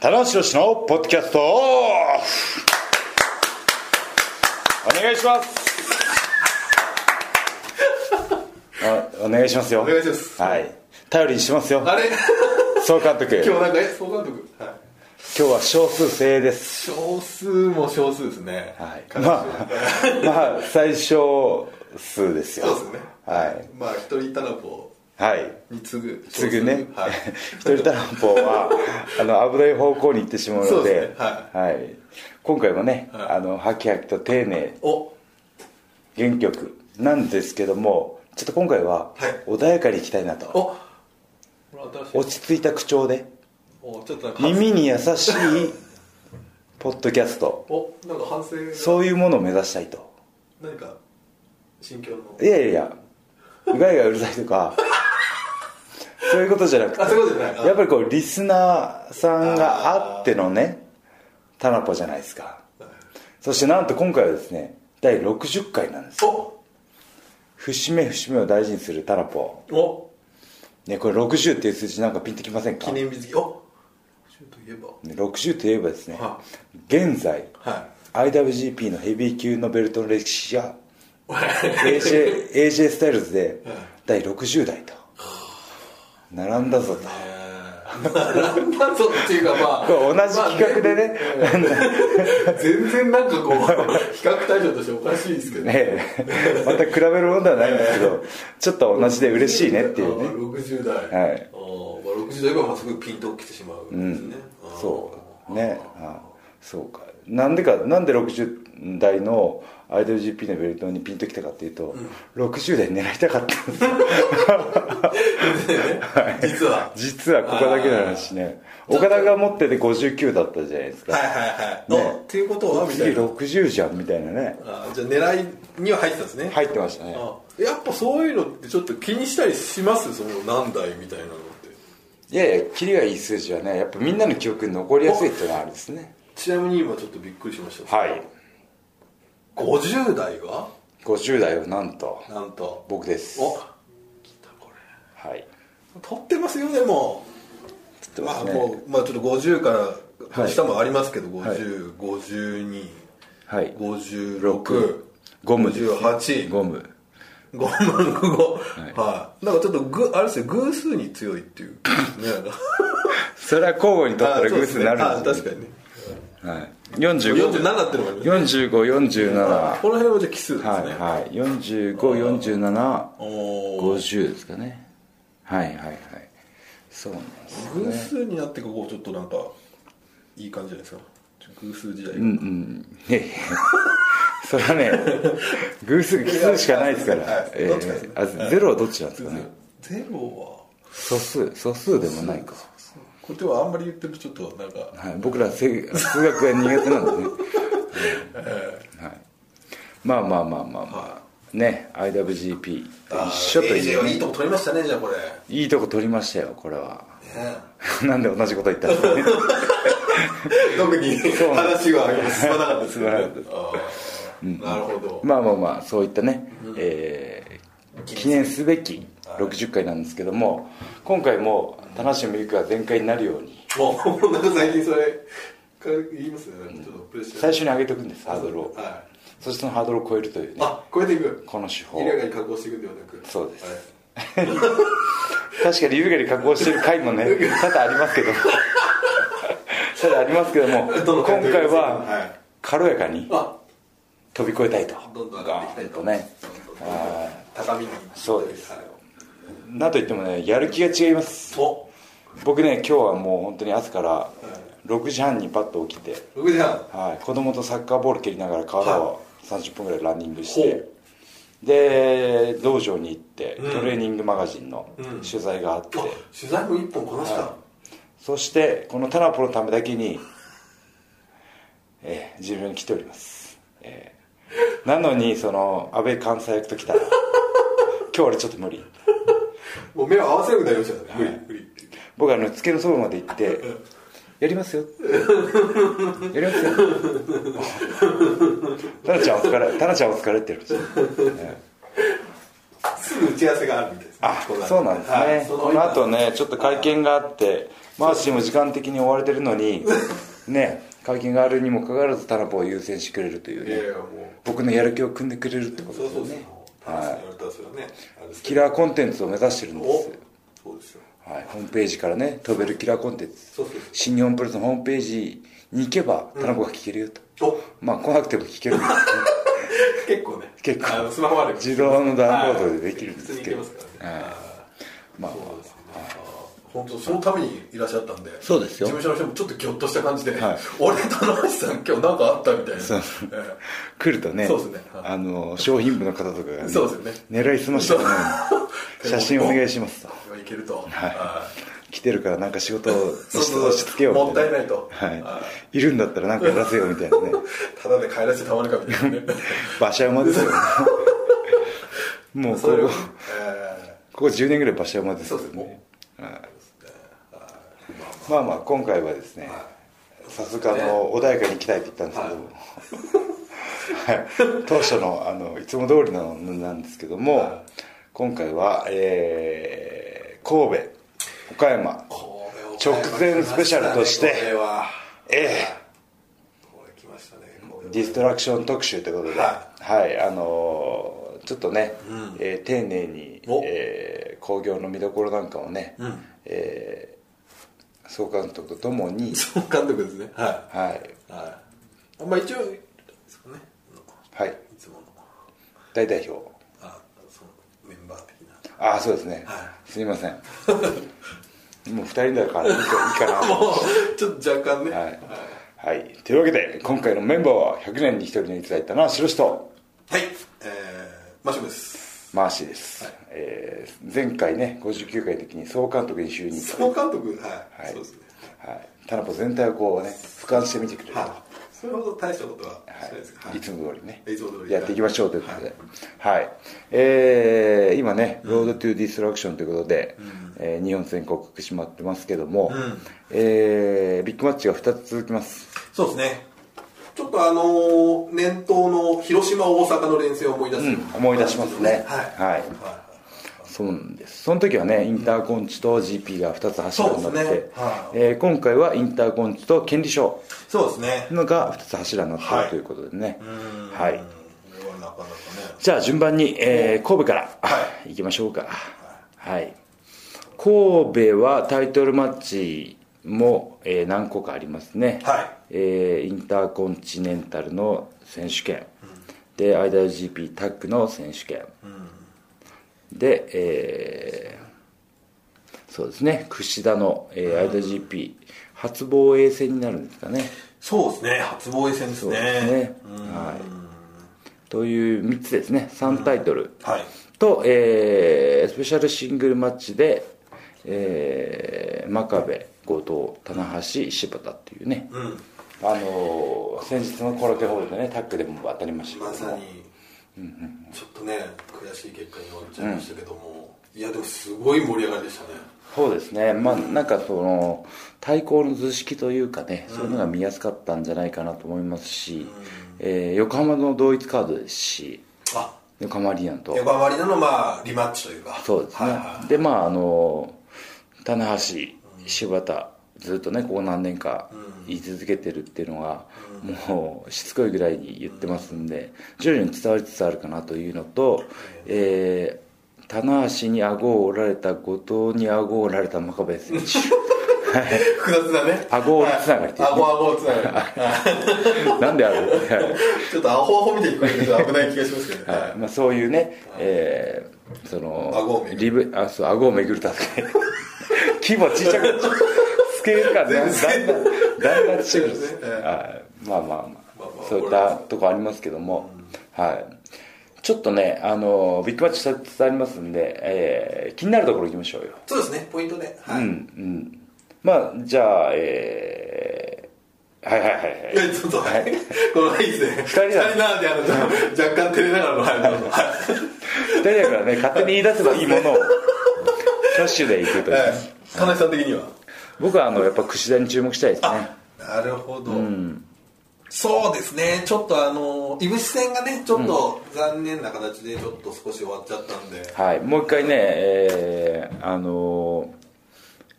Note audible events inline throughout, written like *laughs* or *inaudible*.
田中宏のポッドキャストオフお願いしますおお願いしますよお願いしますはい頼りにしますよあれ *laughs* 総監督今日今日なんかえ総監督はいは少数精鋭です少数も少数ですねはい悲しまあまあ最小数ですよそうですねはいまあ一人たらこはいに次ぐすぐね、少数はい *laughs* 一人たらんぽはあの危ない方向に行ってしまうそのうでですねははい今回もね、はいあのハキハキと丁寧お原曲なんですけどもちょっと今回ははい穏やかにいきたいなと、おこれ新しい落ち着いた口調でおちょっとなんか反耳に優 *laughs* しいポッドキャストおなんか反省がそういうものを目指したいと何か心境のいやいやいやガイがうるさいと *laughs* かそういうことじゃなくてあそういうことじゃないあやっぱりこうリスナーさんがあってのねタナポじゃないですかそしてなんと今回はですね第60回なんですお節目節目を大事にするタナポおねこれ60っていう数字なんかピンときませんか記念日付きおシュート言えば60といえばですね、は現在はい *laughs* IWGP のヘビー級のベルトの歴史やお *laughs* AJ, AJ スタイルズで第60代と並んだぞとなんだぞっていうかまあこ *laughs* れ同じ企画でねまあね *laughs* 全然なんかこう比較対象としておかしいですけどね *laughs* えまた比べるものではないんですけどちょっと同じで嬉しいねっていうね60代はいあーまあ60代がまあすごいピンときてしまうんですね、あーそうねあそうかなんでかなんで60代の IWGP のベルトにピンときたかっていうと、60代狙いたかったんですよ *laughs* 実は実はここだけの話ねー岡田が持ってて59だったじゃないですか、はいはいはい、ねおっていうことはみた次いな60じゃんみたいなねあーじゃあ狙いには入ってたんですね、入ってましたねあーやっぱそういうのってちょっと気にしたりしますその何代みたいなのっていやいやキリがいい数字はねやっぱみんなの記憶に残りやすいっていうのはあるんですねちなみに今ちょっとびっくりしました、はい50代が50代をなんとなんと僕ですお来たこれはい撮ってますよでもってますねまあもうまあちょっと50からはい下もありますけど、はい50、52はい56ゴムです58ゴム5万5はい、なんかちょっとぐあれですよ偶数に強い *laughs* っていうねそれは交互に取 *laughs* ったら偶数になるんんでですすねあ確かよにねはい45 47ってのがありますね4547あはこの辺はじゃあ奇数でいすね、はい454750おーですかねはいはいはいそうなんです偶数になってここちょっとなんかいい感じじゃないですか偶数時代うんうんいやいや *laughs* それはね偶数奇数しかないですからはいえどっちかですえねあゼロはどっちなんですかねゼロ素数素数でもないかはこっちはあんまり言ってるとちょっとなんかはい、僕らせ数学が苦手なんでね、はい、まあまあまあまあまあ、ね IWGP 一緒とい AJ うはねいいとこ取りましたねじゃあこれねいいとこ取りましたよこれは *laughs* なんで同じこと言ったんですかね特にうなん話は進まなかったです進まなかったですあーなるほどまあまあまあそういったね、えー記念すべき60回なんですけども今回も田無美クが全開になるようにもうなんか最近それ軽く言いますねなんかちょっとプレッシャー最初に上げておくんですハードルをはいそしてそのハードルを超えるというねあ超えていくこの手法緩やかに加工していくんではなくそうですはい確かに優雅に加工してる回もね多々ありますけ *laughs* ど多々ありますけどもどの今回も回ははい軽やかにあ飛び越えたいとどんどん上がっていきたいとガーンねどんどんあ高みにそうですはいーなんといってもねやる気が違いますお僕ね今日はもう本当に朝から6時半にパッと起きて、 6時半はい、子供とサッカーボール蹴りながら川を30分ぐらいランニングしほて、で道場に行ってトレーニングマガジンの取材があって、あ取材も一本こなしたそしてこのタナポのためだけに、えー、自分に来ております、えーなのにその安倍関西役と来 *laughs* たら今日俺ちょっと無理もう目を合わせなくなりましたねはい無理無理って僕あのつけのそばまで行ってやりますよやります *laughs* よタナちゃんお疲れタナちゃんお疲れって言われましたすぐ打ち合わせがあるみたいですねあここがそうなんですね、はいそこの後ねちょっと会見があってマーシーも時間的に追われてるのにね会見があるにもかかわらずタナポを優先してくれるといういやいやねも僕のやる気を組んでくれるってこうとそうですそようそうねはいれたらそれはねあれですキけラーコンテンツを目指してるんどですおそうですよはい、ホームページからね飛べるキラーコンテンツそうそう新日本プロレスのホームページに行けば田中が聞けるよと、そうおまあ来なくても聞けるん *laughs* です結構ね結構あのスマホある自動のダウンロードでできるんですけどはい普通にいけますからけねどまあそうですね本当そのためにいらっしゃったんでそうですよ事務所の人もちょっとギョッとした感じで、はい俺棚橋さん今日なんかあったみたいなそうえ来るとねそうですねはいあの商品部の方とかが、ね、そうですよ狙いすましてないのそにう写真お願いしますとえいけると、はあい来てるからなんか仕事をーそうそう押し付けようもったいなないと、はい、いるんだったらなんかやらせようみたいなねただで帰らせてたまるかみたいなね馬車馬ですよね *laughs* もうこそれをこね、えここ10年ぐらい馬車馬でーすそようですねねまあまあ今回はですね、さすがの穏やかに行きたいって言ったんですけども、はい、当初のあのいつも通りのなんですけども、今回は、えー神戸岡山これを直前スペシャルとしてこれはえこれ来ましたねえディストラクション特集ということで、ははいあのーちょっとね、えー丁寧にお、えー興行の見どころなんかをね、んえー総監督とともに、そう監督ですねはいはいはい。まあ一応ですかね。はい、いつもの大代表あそのメンバー的な。 *laughs* ああそうですね、はすみません *laughs* もう2人だからいいかいいかなと思っ *laughs* もうちょっと若干ね。てはい、はい、というわけで今回のメンバーは100年に1人にいただいたのは白石とはい。えーマシュです。マーシーです、えー前回ね59回の時に総監督に就任総監督はい。はいそうですね。はい、タナポ全体をこうね俯瞰してみてくれると、はい。それほど大したことはしないですけどはい、いつも通りねいつも通りやっていきましょうということで、はいえー今ね「ロード・トゥ・ディストラクション」ということで、えー日本戦広告しまってますけども、うんえービッグマッチが2つ続きますそうですね。ちょっとあのー年頭の広島大阪の連戦を思い出すような、うん思い出しますねはい。はいはそうなんですその時はねインターコンチと GP が2つ柱になって、そうですねはいえー今回はインターコンチと権利賞いそうですね。のが2つ柱になってる、はいということでねうんはいこれはなかなかね。じゃあ順番に、えー神戸から、は行きましょうかはい神戸はタイトルマッチも、えー何個かありますねはいえーインターコンチネンタルの選手権、で IWGP タッグの選手権、で、えーそうですね櫛田の、えー IWGP 初防衛戦になるんですかねそうですね。初防衛戦ですそうね。ですね、はい、という3つですね3タイトル、はい。と、えースペシャルシングルマッチで、えー真壁後藤棚橋柴田っていうね、うん。あのー先日のコロケホールでねタッグでも当たりましたまけどさもに、ちょっとね、悔しい結果に終わっちゃいましたけども、いや、でもすごい盛り上がりでしたね。そうですねまあなんかその対抗の図式というかね、そういうのが見やすかったんじゃないかなと思いますし、えー横浜の同一カードですしあ横浜アリアンと横浜アリーナの、まあ、リマッチというか、そうですね、はいはでまああの棚橋柴田ずっとねここ何年か言い続けてるっていうのが、もうしつこいぐらいに言ってますんで徐々に伝わりつつあるかなというのと、えー、棚橋に顎を折られた後藤に顎を折られた真壁選 *laughs* 手い、複雑なね、顎折りつながりっていうね顎顎つながり、なんである、はいちょっとアホアホ見ていく感じで危ない気がしますけどね。はいまあ、そういうね、えーその顎を巡るリブあそう顎を巡る戦い規模小さくなっちゃうスケール感だんだんだんだんだんちっちゃくなっちゃうはいまあまあままあまああそういったとこありますけども、はいちょっとねあのビッグマッチ2つありますんで、えー気になるところ行きましょうよそうですね、ポイントで。うはんい。うんまあじゃあえーはいはいはいはいいやちょっと、はい、 *laughs* このいいですね。二人だなんで、あの、若干照れながらの、はい、どうぞはい二人だからね勝手に言い出せばいいものをキャッシュでいくという、はい。田中さん的には僕はあのやっぱ櫛田に注目したいですねなるほど、そうですねちょっとあのいぶし戦がねちょっと残念な形でちょっと少し終わっちゃったんで、はいもう一回ねえーあのー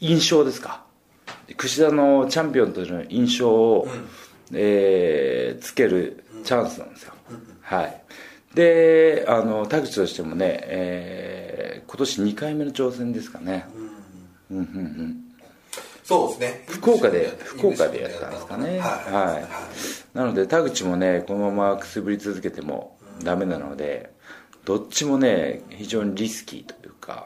印象ですか櫛田のチャンピオンとしての印象を、えーつけるチャンスなんですよ、はいであの田口としてもね、えー今年2回目の挑戦ですかね、うんうんうん、そうですね福岡で福岡でやったんですかねはい、はい、なので田口もねこのままくすぶり続けてもダメなのでどっちもね非常にリスキーというか、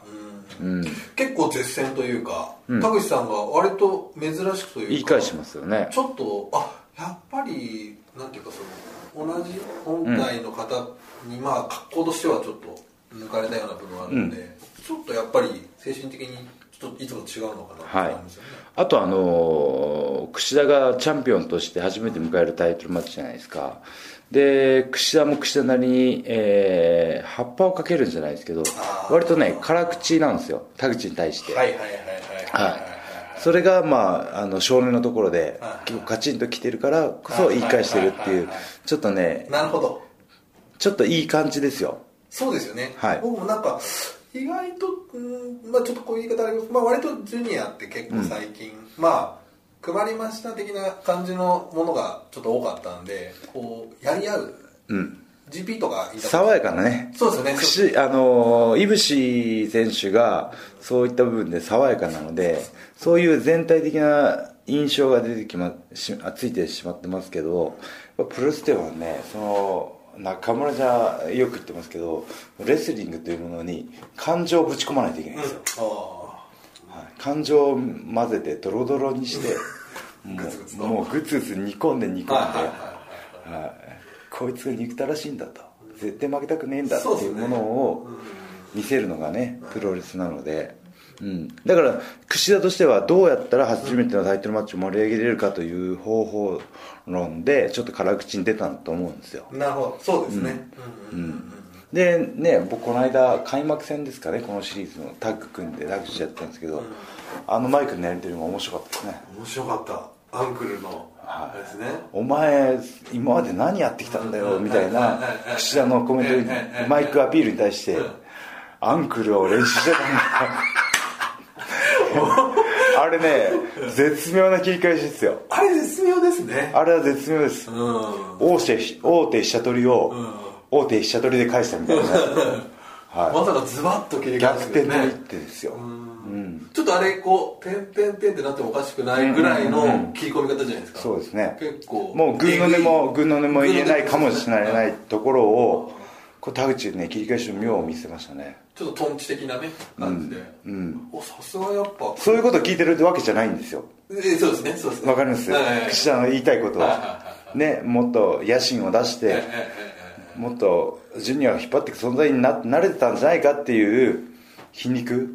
うん、結構絶戦というか、田口さんが割と珍しくというか言い返してますよねちょっとあやっぱりなんていうかその同じ本体の方に、まあ格好としてはちょっと抜かれたような部分があるので、ちょっとやっぱり精神的にちょっといつもと違うのかなってはい感じですよね、あとあのー櫛田がチャンピオンとして初めて迎えるタイトルマッチじゃないですかで櫛田も櫛田なりに、えー葉っぱをかけるんじゃないですけどー割とね辛口なんですよ田口に対して、はいはいはいはいはいはいそれがまああの少年のところではいはい結構カチンと来てるからこそ言い返してるっていはいはいはいうはいちょっとねなるほどちょっといい感じですよそうですよね、はい僕もなんか意外と、うんまあ、ちょっとこういう言い方あります、まあ、割とジュニアって結構最近、まあ配りました的な感じのものがちょっと多かったんでこうやり合う、GP とか言いた爽やかなねそうですよねそう櫛あのーいぶし選手がそういった部分で爽やかなのでそういう全体的な印象が出てきましあついてしまってますけどやっぱプロレスではねその中村じゃよく言ってますけどレスリングというものに感情をぶち込まないといけないんですよ、あはい、感情を混ぜてドロドロにしても *laughs* グツグツうともうグツグツ煮込んで煮込んで、ーはいはいはいははいい、こいつ憎たらしいんだと絶対負けたくねえんだってそういですうねものを、見せるのがねプロレスなので、うん、だから櫛田としてはどうやったら初めてのタイトルマッチを盛り上げれるかという方法論でちょっと辛口に出たと思うんですよなるほどそうですね、うんうんでね僕この間開幕戦ですかねこのシリーズのタッグ組んでタッグしちゃったんですけど、あのマイクのやり取りも面白かったですね面白かったアンクルのあれですね、お前今まで何やってきたんだよみたいな櫛田のコメントにマイクアピールに対してアンクルを練習してたんだ *laughs* あれね絶妙な切り返しですよあれ絶妙ですねあれは絶妙ですうん大手大手飛車取りを大手飛車取りで返したみたいなはまさかズバッと切いり替え逆す転けどのね一手ですようんちょっとあれこう「てんてんてん」ってなってもおかしくないぐらいの切り込み方じゃないですかそうですね結構もう群の根も群の根も言えないかもしれうんないところをこう田口ね切り返しの妙を見せましたねちょっとトンチ的なね感じで、おさすがやっぱそういうことを聞いてるわけじゃないんですよえそうですねそうですねわかりますはいはいはい岸田の言いたいことはいははねもっと野心を出しえてええもっとジュニアを引っ張っていく存在にななれてたんじゃないかっていう皮肉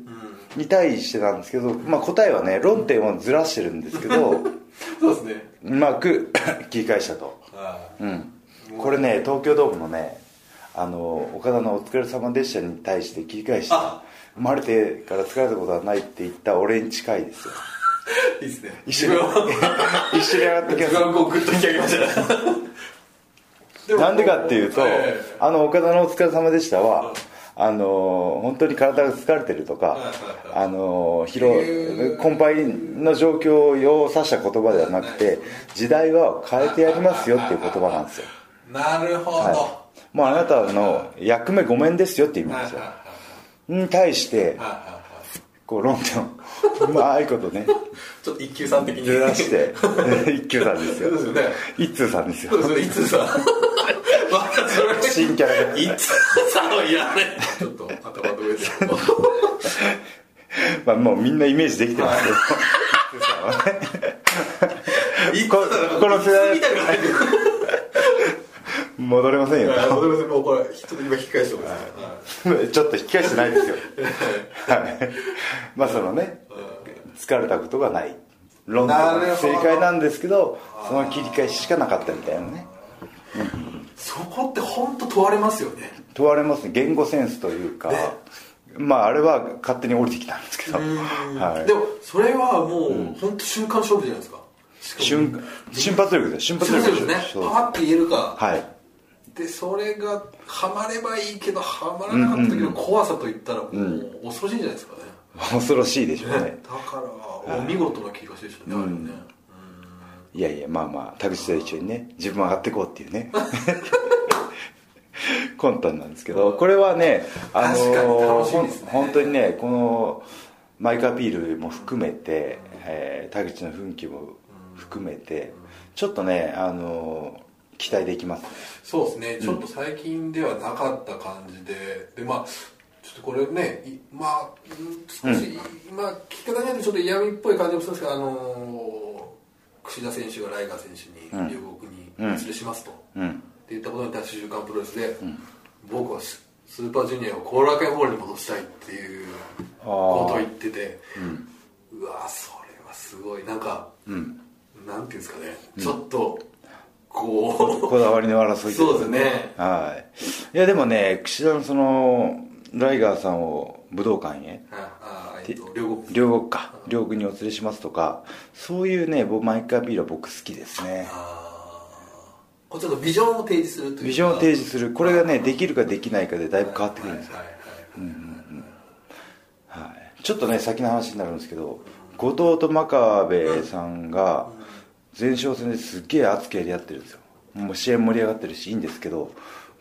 に対してなんですけど、まあ、答えはね論点をずらしてるんですけ *laughs* どえそうですねうまく *coughs* 切り返したと、はいうん、これね東京ドームのねあの岡田の「お疲れ様でした」に対して切り返したあ生まれてから疲れたことはないって言った俺に近いですよいいですね一緒に一緒に上がってきま *laughs* 自す分をこうグッと引き上げましたねでもなんでかっていうと、ええあの岡田の「お疲れ様でしたは」あのー本当に体が疲れてるとか、いあのー疲へ労ー困憊の状況を指した言葉ではなくて時代は変えてやりますよっていう言葉なんですよ、なるほど、はい、もうあなたの役目ごめんですよって意味なんですよに対してはいはいはいこう論点をうまいことねちょっと一級さん的にずらして *laughs* 一休さんです *laughs* そうよですよね一通さんですよそうですねいつさ *laughs* またそれ新キャラがいつさのいらねちょっと頭の上でまあ、もうみんなイメージできてますけど、いここの世代みたいな感じで戻れませんよはいごめんなさいもうこれちょっと今引き返してますちょっと引き返してないですよはいまあそのね疲れたことがない論点なるがほど正解なんですけどその切り返ししかなかったみたいなねそこって本当問われますよね問われますね言語センスというか、まああれは勝手に降りてきたんですけど、はでもそれはもう本当瞬間勝負じゃないですかい、瞬瞬発力です瞬発そう力でですよねパそうーって言えるかはいでそれがハマればいいけどハマらなかったけど怖さといったらもう恐ろしいんじゃないですかね恐ろしいでしょうねだからお見事な気がしてるでしょうね、うんあれねいやいやまあまあ田口と一緒にね自分は上がっていこうっていうね *laughs* 魂胆なんですけどこれはねあの確かに楽しみですねほん本当にねこのマイクアピールも含めて、えー田口の奮起も含めてちょっとねあの期待できますそうですね、ちょっと最近ではなかった感じで、で、まあ、ちょっとこれね、いまあ、うん少し、まあ、聞き方によってちょっと嫌味っぽい感じもするんですけど、あのー櫛田選手がライガー選手に、両国に連れしますと、うってん言ったことに対して、週刊プロレスで、僕はススーパージュニアを後楽園ホールに戻したいっていうことを言ってて、うわそれはすごい、なんか、なんていうんですかね、ちょっと、こう、こだわりの争いといそうかですねはいいやでもね櫛田のそのライガーさんを武道館へああえっと両国両国か両国にお連れしますとかそういうね僕マイクアピールは僕好きですねああこうちょっとビジョンを提示するというかビジョンを提示するこれがねできるかできないかでだいぶ変わってくるんですよ、はいはいはい、ちょっとね先の話になるんですけど後藤と真壁さんが前哨戦ですっげえ熱くやり合ってるんですよもう試合盛り上がってるしいいんですけど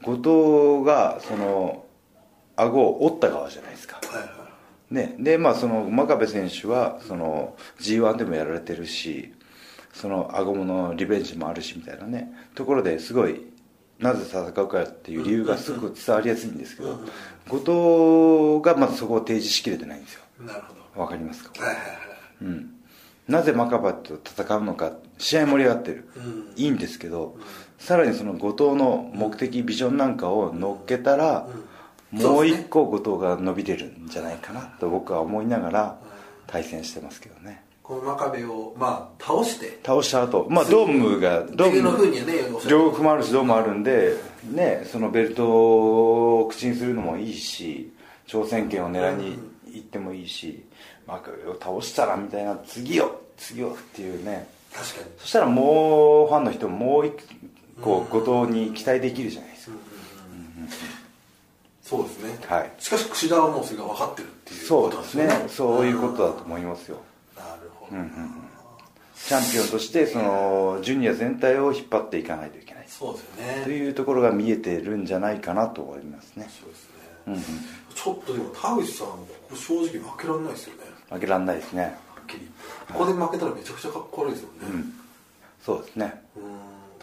後藤がその顎を折った側じゃないですかはいはいはいね、でまあその真壁選手はその G1 でもやられてるしその顎のリベンジもあるしみたいなねところですごいなぜ戦うかっていう理由がすごく伝わりやすいんですけど後藤がまずそこを提示しきれてないんですよなるほどわかりますか、はいはいうん、なぜ真壁と戦うのか試合盛り上がってる、うんいいんですけどさらにその後藤の目的ビジョンなんかを乗っけたら、うんもそううですね一個後藤が伸びれるんじゃないかなと僕は思いながら対戦してますけどねこの真壁をまあ倒して倒した後まあドームがドってーいうの風ムにはねおっしゃって両国もあるしドームあるんでねそのベルトを口にするのもいいし挑戦権を狙いに行ってもいいし真壁を倒したらみたいな次を次をっていうね確かにそしたらもうファンの人ももう一個後藤に期待できるじゃないですか、そうですねはいしかし櫛田はもうそれが分かってるっていうそこうとでなんですすよねそねういうことだと思いますよなるほどチャンピオンとしてそのジュニア全体を引っ張っていかないといけないそうですよとねいうところが見えてるんじゃないかなと思いますねそうですねちょっとでも田口さんここ正直負けられないですよね負けらんないですねはっきり言ってここで負けたらめちゃくちゃかっこ悪いですよねそうですねう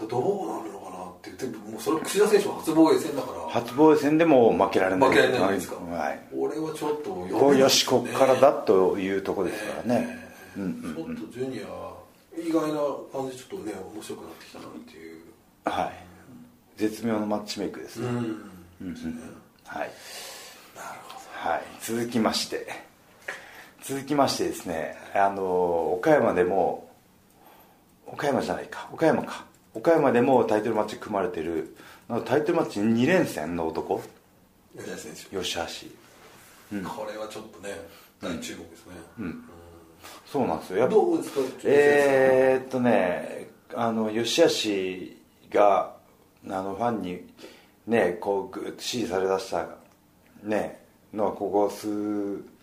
ーんどうなるのかなって全部もうそれは櫛田選手の初防衛戦だから初防衛戦でも負けられない負けられないじゃないですか、はい、俺はちょっと読めこなういよでしすねこっからだというところですからね、えーちょっとジュニア意外な感じでちょっとね面白くなってきたなっていうはい絶妙のマッチメイクですね、うん、はいなるほはい、続きまして続きましてですねあの岡山でも岡山じゃないか岡山か岡山でもタイトルマッチ組まれてるなんかタイトルマッチ2連戦の男ど吉田選手、吉橋これはちょっとね大注目ですね、そうなんですよやっぱどうですかえー、っとねあの吉橋があのファンにねこうグーッと支持されだしたねのはここ数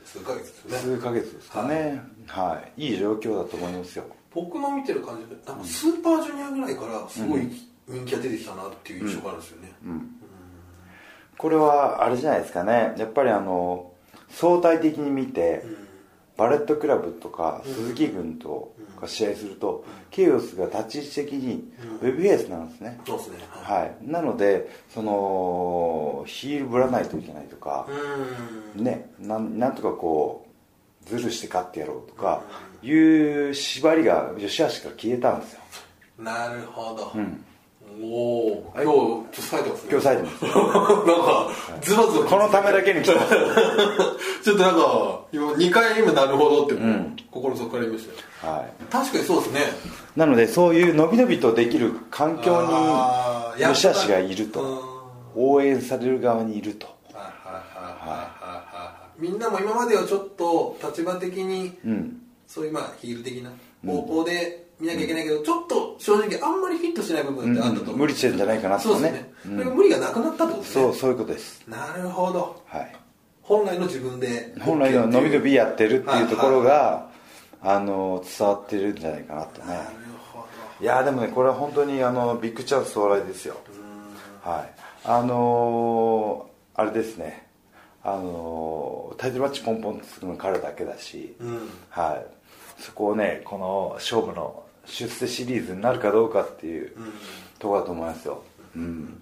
数ヶ月ですね数ヶ月ですかねはい、い、い状況だと思いますよ僕の見てる感じでなんかスーパージュニアぐらいからすごい人気が出てきたなっていう印象があるんですよね、これはあれじゃないですかねやっぱりあの相対的に見て、バレットクラブとか鈴木軍とが試合すると、ケイオスが立ち位置的にウェブフェイスなんですね、そうですねはいはいなのでそのヒールぶらないといけないとか、ねなんなんとかこうズルして勝ってやろうとかいう縛りが吉橋から消えたんですよなるほど、んおお今日ちょっと冴えてますね今日最後です *laughs* なんかズバズバこのためだけに来てます *laughs* ちょっとなんか今2回今なるほどって、ん心の底から言いましたよは確かにそうですねい、なのでそういうのびのびとできる環境あーにやっぱ吉橋がいるうんと応援される側にいるとはいはいはいはいはいはいみんなも今まではちょっと立場的に、んそういうまあヒール的な方向で見なきゃいけないけど、ちょっと正直あんまりフィットしない部分ってあったと思う、無理してるんじゃないかなそとうかでねすね、それが無理がなくなったってことですねそうそういうことですなるほどはい本来の自分で本来の伸び伸びやってるっていうところが、あの伝わってるんじゃないかなとねなるほいやでもねこれは本当にあのビッグチャンス到来ですよどうはいあのーあれですねあのータイトルマッチポンポンとするの彼だけだし、ーんうんはいそこをねこの勝負の出世シリーズになるかどうかっていううんところだと思いますようん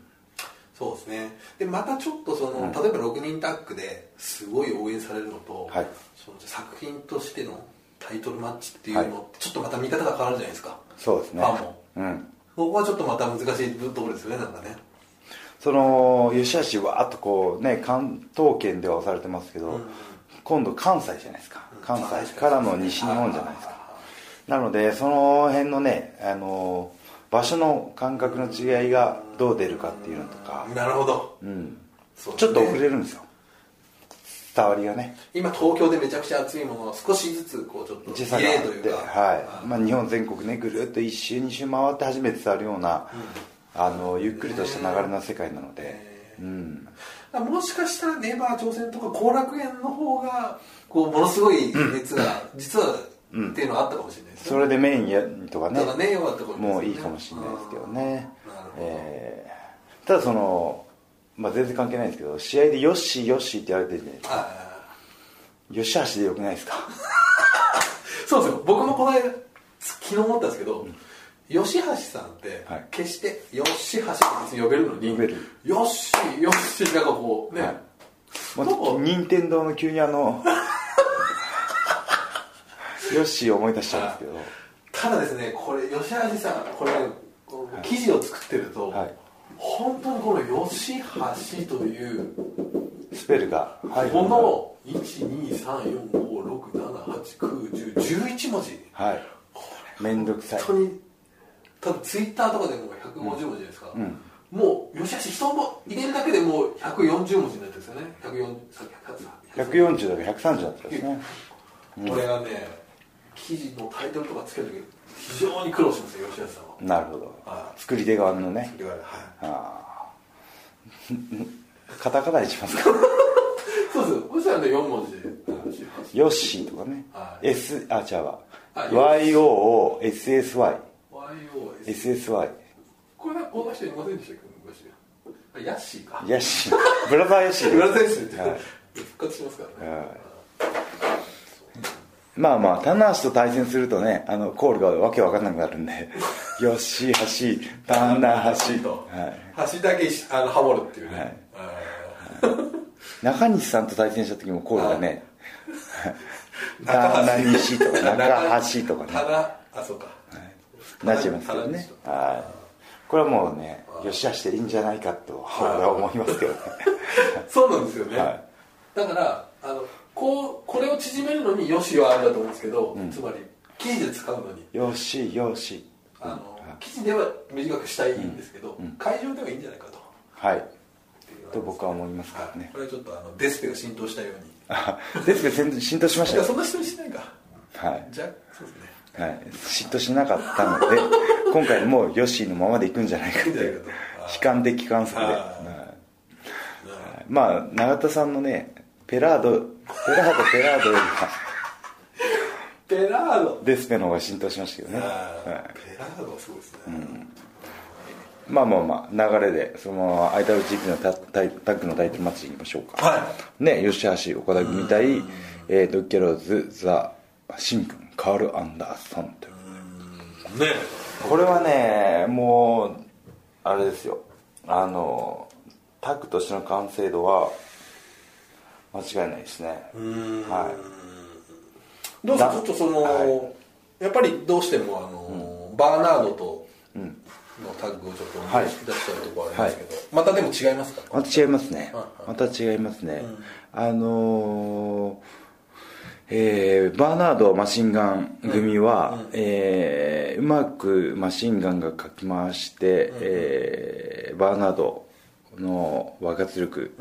そうですねでまたちょっとその、例えば6人タッグですごい応援されるのと、はいその作品としてのタイトルマッチっていうのって、ちょっとまた見方が変わるじゃないですかそうですねファンもうんここはちょっとまた難しいところですよねなんかねその吉橋わーっとこうね関東圏では押されてますけど、うん今度関西じゃないですか関西からの西日本じゃないですかあなのでその辺のねあの場所の感覚の違いがどう出るかっていうのとかー、なるほど、うん、そうちですょっねと遅れるんですよ伝わりがね今東京でめちゃくちゃ熱いものを少しずつこうちょっと時差異があ例っというて、かはいまあ、日本全国ねぐるっと1周2周回って初めて伝わるような、あのゆっくりとした流れの世界なので、えうん、だからもしかしたらネバー挑戦とか後楽園の方がこうものすごい熱が実はっていうのはあったかもしれないですねそれでメインやとかねただね弱ったことですよねもういいかもしれないですけどねうんなるほど、えーただその、まあ、全然関係ないんですけど試合で「よっしーよっしー」って言われてるじゃないですかあよしあしでよくないです *laughs* かーそうですよ僕もこの間昨日思ったんですけど、吉橋さんって、はい決して吉橋って別に呼べるのに呼べるよしよしなんかこうね、はいなもんかう任天堂の急にあ *laughs* のよっしーを思い出したんですけどただですねこれ吉橋さんこれ、記事を作ってると、はい本当にこの吉橋というスペルが入るこの1234567891011文字はいこ面倒くれさい本当に多分ツイッターとかでも150文字じゃないですか、んもう吉橋人も入れるだけでもう140文字になってるんですよね140さ140 140だから130だったんですねこれがね記事のタイトルとかつけるとき非常に苦労しますよ吉橋さんはなるほどは作り手側のね言われはいああ *laughs* カタカナにしますかそうですそしたらね4文字でヨッシーとかね、はい S あ違うわは YOOSSYSSY YOS これなんかこの人いませんでしたっけ昔あヤッシーかヤッシ *laughs* ーブラザーヤッシー村選手ってはい *laughs* 復活しますからね、はいまあまあ棚橋と対戦するとねあのコールがわけわかんなくなるん *laughs* でヨッシー橋棚橋と、はい橋だけしあのハモるっていうね、はいあ中西さんと対戦した時もコールが *laughs* ね「中棚西」とか「ー中橋」とかねただあそうか、なっちゃいますけどね棚はいこれはもうねよしあしでいいんじゃないかと俺は思います *laughs* けどねそうなんですよね、はいだからあのこうこれを縮めるのによしはあれだと思うんですけど、つまり記事で使うのによしよしあの、記事では短くしたいんですけど、会場ではいいんじゃないかとはい *laughs* っていうのがと僕は思いますけはどいねこれはちょっとあのデスペが浸透したようにあですけど全然浸透しましいたやよそんな人にしないかはい、じゃあそうですねはい、嫉妬しなかったので今回もうヨッシーのままでいくんじゃないかっていいんじゃないいうかとあー悲観的観測で、あーはいまあ永田さんのねペラードペラードペラードよりはペラードデスペの方が浸透しましたけどね、あーはペラードはすごいですね、い、まあまあまあ流れでそのまま IWGP のタタイタッグのタイトルマッチいきましょうかはいね吉橋岡田組対、えー、ドッキャローズザシンくんカール・アンダーソンというねこれはねもうあれですよあのタッグとしての完成度は間違いないですねうんはどうぞだちょっとその、はやっぱりどうしてもあの、バーナードとのタッグをちょっと思い出したところありますけど、またでも違いますかまた違いますねはまた違いますね、あのーえーバーナード・マシンガン組は、うえーうまくマシンガンがかき回して、えーバーナードの爆発力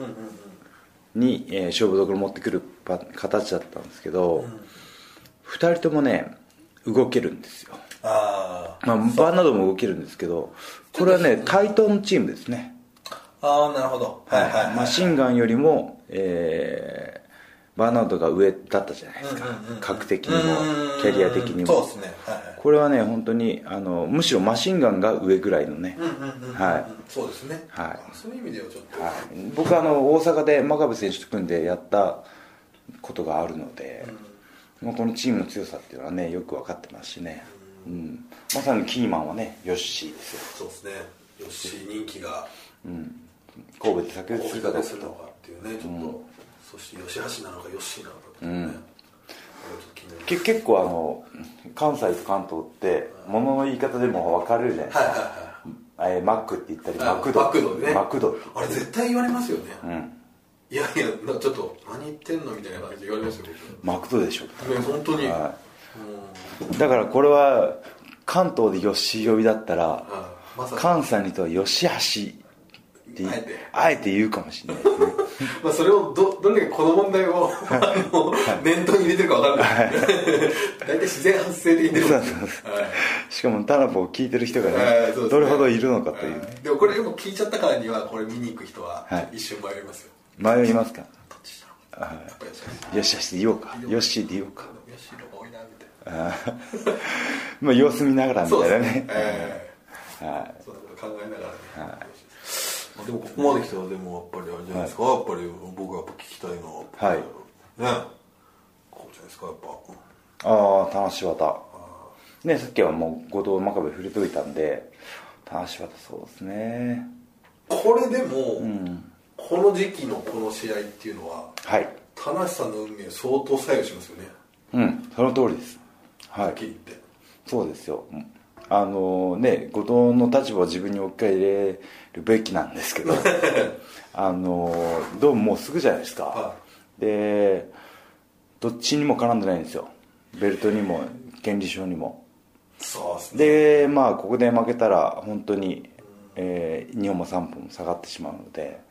に、えー勝負どころ持ってくるパ形だったんですけど、二2人ともね動けるんですよ、あまあ、バーナードも動けるんですけどこれはね対等のチームですねあああなるほどはいはい、はい、マシンガンよりも、えーバーナードが上だったじゃないですか、うんうんうん格的にうんもキャリア的にそうもですねはいこれはね本当にあのむしろマシンガンが上ぐらいのね、うんうんうんはいそうですねはいあそういう意味ではちょっとはい、僕はあの大阪で真壁選手と組んでやったことがあるので、まあ、このチームの強さっていうのはねよく分かってますしね、うん、まさにキーマンはねヨッシーですよ、そうですねヨッシー人気がうん、神戸で炸裂するかどうかするのとかっていうねちょっと、そして吉橋なのかヨッシーなのかっていうね、これはちょっと気になりますけ結構あの関西と関東ってものの言い方でも分かれるじゃないですか、えーマックって言ったりマクドマクドねマクドってあれ絶対言われますよね、うんいやいやなちょっと何言ってんのみたいな感じで言われますよマクドでしょ僕ね本当に、はもうだからこれは関東でヨッシー呼びだったらあまさか、関西の人はよしあしってあえてあえて言うかもしれないですねまあ、 *laughs* それをどどれだけこの問 *laughs* 題をあの念頭に入れてるか分からない大体自然発生で言ってるもんねそうそうはいしかもタナポを聞いてる人がねはいそうですねどれほどいるのかというねはいでもこれよく聞いちゃったからにはこれ見に行く人ははい一瞬迷いますよ、迷いますかどっちしたのはやっぱりい吉よしあしで言おうかよしで言おうか吉野が多いなみたいあーまあ様子見ながらなみそうたでいなすねね、えはえそんなこと考えながらね、まあでもここまで来たらでもやっぱりあれじゃないですか、やっぱり僕がやっぱ聞きたいのははいねこうじゃないですかやっぱいああ棚柴田ねさっきはもう後藤真壁触れといたんで棚柴田そうですねこれでも、うんこの時期のこの試合っていうのははい田無さんの運命相当左右しますよねうんその通りですははいっきり言ってそうですよあのね後藤の立場を自分に置き換えるべきなんですけどあのどうももうすぐじゃないですか、はでどっちにも絡んでないんですよベルトにも権利書にもそうですねでまあここで負けたら本当に、え2本も3本も下がってしまうので、えー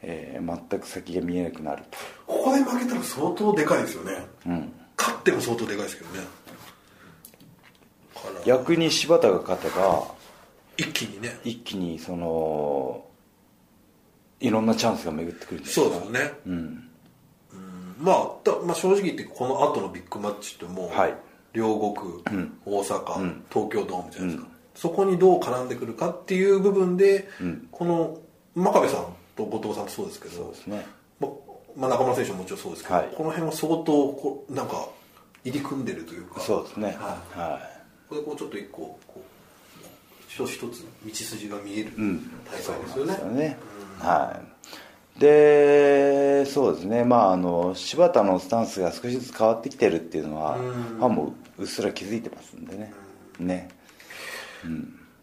全く先が見えなくなるここで負けたら相当でかいですよね、と、うん、勝っても相当でかいですけどねから逆に柴田が勝てば一気にね一気にそのいろんなチャンスが巡ってくるんじゃそなういでですすかよね、うんまあ、だまあ正直言ってこの後のビッグマッチってもう、はい両国、大阪、ん東京ドームじゃないですか、そこにどう絡んでくるかっていう部分で、んこの真壁さんと後藤さんとそうですけどそうですねままあ、中村選手ももちろんそうですけど、はいこの辺は相当こうなんか入り組んでるというかそうですねは、はいこれこうちょっと一個こう一つ一つ道筋が見えるん大い会ですよね、そうねはいでそうですねまああの柴田のスタンスが少しずつ変わってきてるっていうのはうんファンもうっすら気づいてますんでねね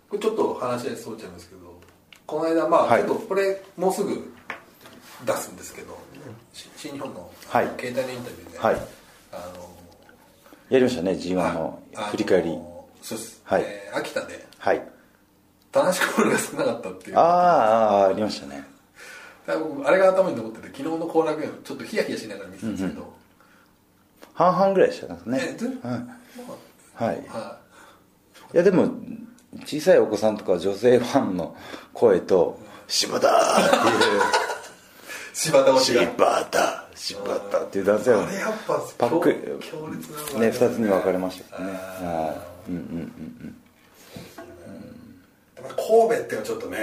これちょっと話し合いそうちゃいますけどこの間まあ、はいちょっとこれもうすぐ出すんですけどし新日本のあはいの携帯のインタビューで、はいあのやりましたね G1 のあ振り返りのそうです、はいえー秋田ではい田中コールが少なかったっていうあああーありましたねだから僕あれが頭に残ってて昨日の後楽園ちょっとヒヤヒヤしながら見てたんですけど、半々ぐらいでしたねえずはまいはいあはいやでも小さいお子さんとか女性ファンの声と「柴田!」っていうい柴「田推しが柴田柴田」っていう男性あれやっぱパック強強烈なのがあねり二ますつに分かれましたけどねあーはいうんうんやっぱ神戸ってのはちょっとね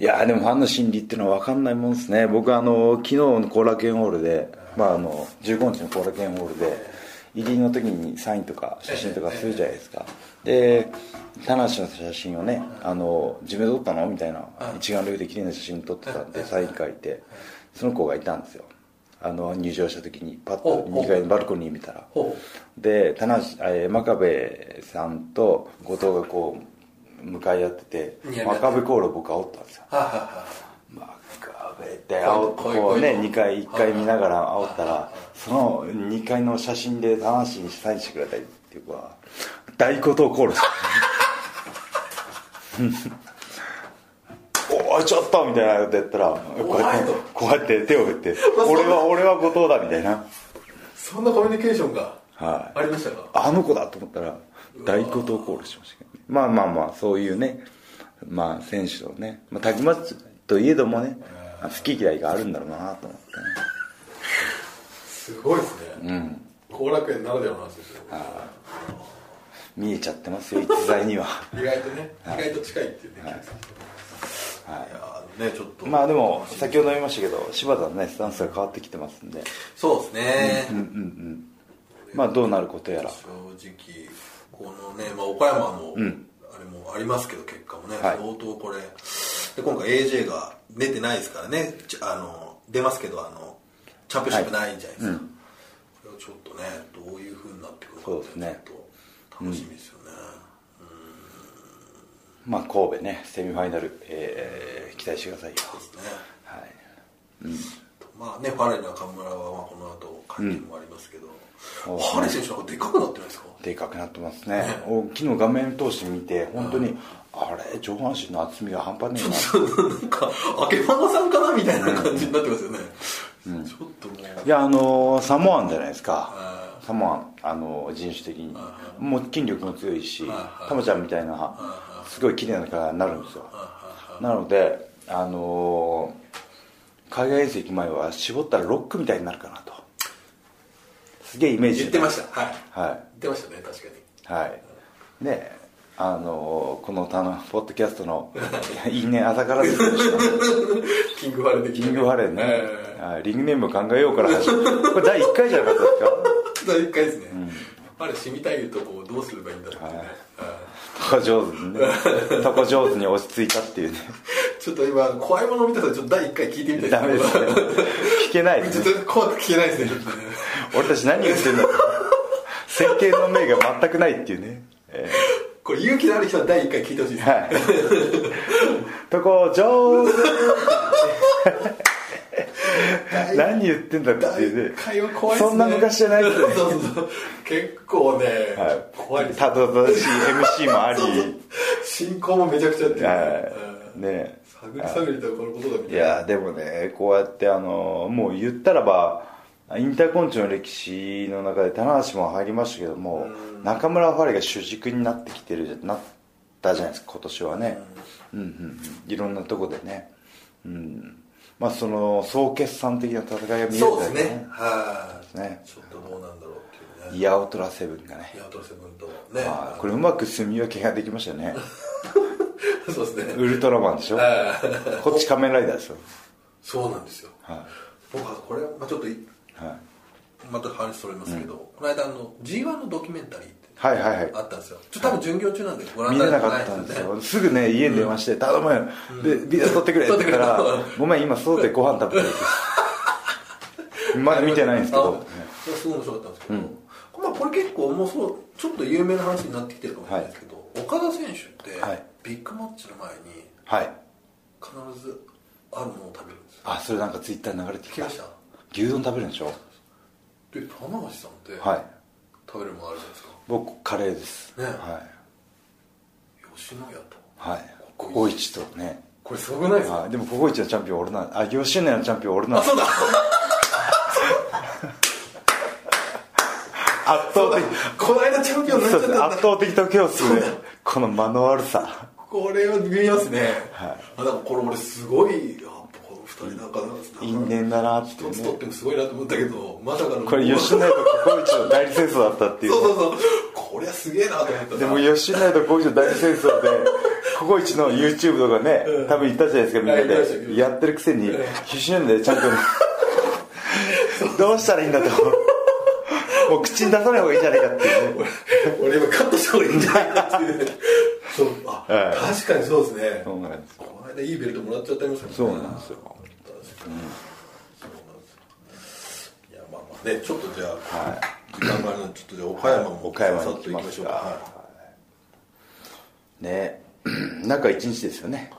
いやーでもファンの心理っていうのは分かんないもんですね僕あの昨日の後楽園ホールで、まあ、あの15日の後楽園ホールで入りの時にサインとか写真とかするじゃないですかで田無の写真をねあの自分で撮ったのみたいな一眼レフで綺麗な写真撮ってたんでサイン書いてその子がいたんですよあの入場した時にパッと2階のバルコニー見たらほで田無えー真壁さんと後藤がこう向かい合ってていや真壁コールを僕煽ったんですようはいはいはい真壁って煽ってこうねこういうこういう2回1回見ながら煽ったらその2階の写真で田無にサインしてくれたりっていうか大後藤コールしたおいちょっとみたいなことやったらこうやってこうやって手を振って俺は俺は後藤だみたいなそんなコミュニケーションがはいありましたか、あの子だと思ったら大後藤コールしましたけどねまあまあまあそういうねまあ、選手のね、まあ、タッグマッチといえどもね、好き嫌いがあるんだろうなと思っすごいですてねね、うん、後楽園ならではの話ですよ見えちゃってます *laughs* よ、逸材には。意外とね意外と近いっていうねはいいやーねちょっとまあでも先ほど言いましたけど柴田のねスタンスが変わってきてますんでそうですね、うんうんまあどうなることやら正直このね、まあ、岡山の、うんあれもありますけど結果もね、はい相当これで今回 AJ が出てないですからねちあの出ますけどあのチャンピオンシップないんじゃないですか、はいうんこれはちょっとねどういうふうになってくるかそうですねちょっと楽しみですよね、まあ神戸ねセミファイナル、えー期待してくださいよそうですねはいまあねファレル中村はまあこの後会見もありますけど、そうですねファレル選手なんかでかくなってないですか *laughs* でかくなってますねお昨日画面通して見て本当にあれ上半身の厚みが半端ねえななんか、あけまさんかなみたいな感じになってますよね。ちょっともう。いやあのーサモアンじゃないですかはサモアンあのー人種的にはもう筋力も強いしはいタマちゃんみたいなすごい綺麗な体になるんですよなのであのー海外遠征行く前は絞ったらロックみたいになるかなとすげえイメージ言ってましたた。はい。は言ってましたね、確かに。 *laughs* いはいであのーこのたのポッドキャストの因縁朝からですけど *laughs* キングファレでリングファレンね、えはいリングネーム考えようから始めこれ第1回じゃなかったですかー第一回ですね。あれ、死みたいとこをどうすればいいんだろうってね。はいタコ上手にねタコ上手に落ち着いたっていう *laughs* ねちょっと今、怖いもの見たさん、ちょっと第一回聞いてみたいダメです *laughs* ね聞けないですちねょっと怖く聞けないですね、ちょっとね。俺たち何言ってんだろう設計の目が全くないっていうね、えこれ、勇気のある人は第一回聞いてほしいですー。はいとこ上手何言ってんだって第いう一ね回は怖いですね。そんな昔じゃないですねそうそうそう。結構ね、怖いですたどたどしい MC もあり進行もめちゃくちゃやってるはいねうん探り探りとこのことだみたいいなやでもねこうやってあのもう言ったらばインターコンチの歴史の中で棚橋も入りましたけども、うん中村ファレが主軸になってきてるなったじゃないですか今年はね、うん、うんうんいろんなとこでね、うん、まあその総決算的な戦いが見えるんそうだでよすねはすねいちょっとどうなんだろうっていうねイヤオトラセブンがねいやどうせ分とねあーこれうまく住み分けができましたよねそうですねウルトラマンでしょはいこっち仮面ライダーですよそうなんですよは僕はこれまあちょっといい、はまた話それますけどこの間あの G1 のドキュメンタリーってい、はいはいはいあったんですよちょっと多分巡業中なんでご覧見になれれてななかっいたんでですすよよ、ねすぐね家に電話して「頼むよ、でビデオ撮ってくれ」って言ったら撮ってくれ「ごめん今外でご飯食べてる」 *laughs* まだ見てないんですけどあすごい面白かったんですけど、まあ、これ結構もうそうちょっと有名な話になってきてるかもしれないですけど、岡田選手って、はいビッグマッチの前にはい必ずあるものを食べるんですよあそれなんかツイッターに流れてき聞きたました牛丼食べるんでしょで棚橋さんって、はい食べるものあるじゃないですか僕カレーですねはい吉野家とはいココイチとねこれすごくないですかはいでもココイチのチャンピオン俺なんあ吉野家のチャンピオン *laughs* 俺なんあそうだ圧倒的この間チャンピオンになっそうですちゃったんねだ圧倒的得票数でこの間の悪さこれは見ますね、あだからこれ俺すごいやっぱこの二人なんかなんか因縁だなって一つね取ってもすごいなと思ったけどまさかのこれ吉野家とココイチの代理戦争だったっていうね *laughs* そうそうそうこりゃすげえなと思ったなでも吉野家とココイチの大戦争 *laughs* でココイチの YouTube とかねうん多分行ったじゃないですかみんなはい行きました行きまでしたやってるくせにうん吉野家でちゃんとどうしたらいいんだと *laughs* もう口に出さない方がいいんじゃないかっていうね俺今カットした方がいいんじゃないかっていうねそうあ、ええ確かにそうですねそうなんですこの間いいベルトもらっちゃってましたそうもんねなんですよ確かにそうなんですよいやまあまあねちょっとじゃあ、時間があるのでちょっとじゃあ岡山も岡山にさ行っとき行まきまししょょううか、かはね *clears throat* 中1日ですよね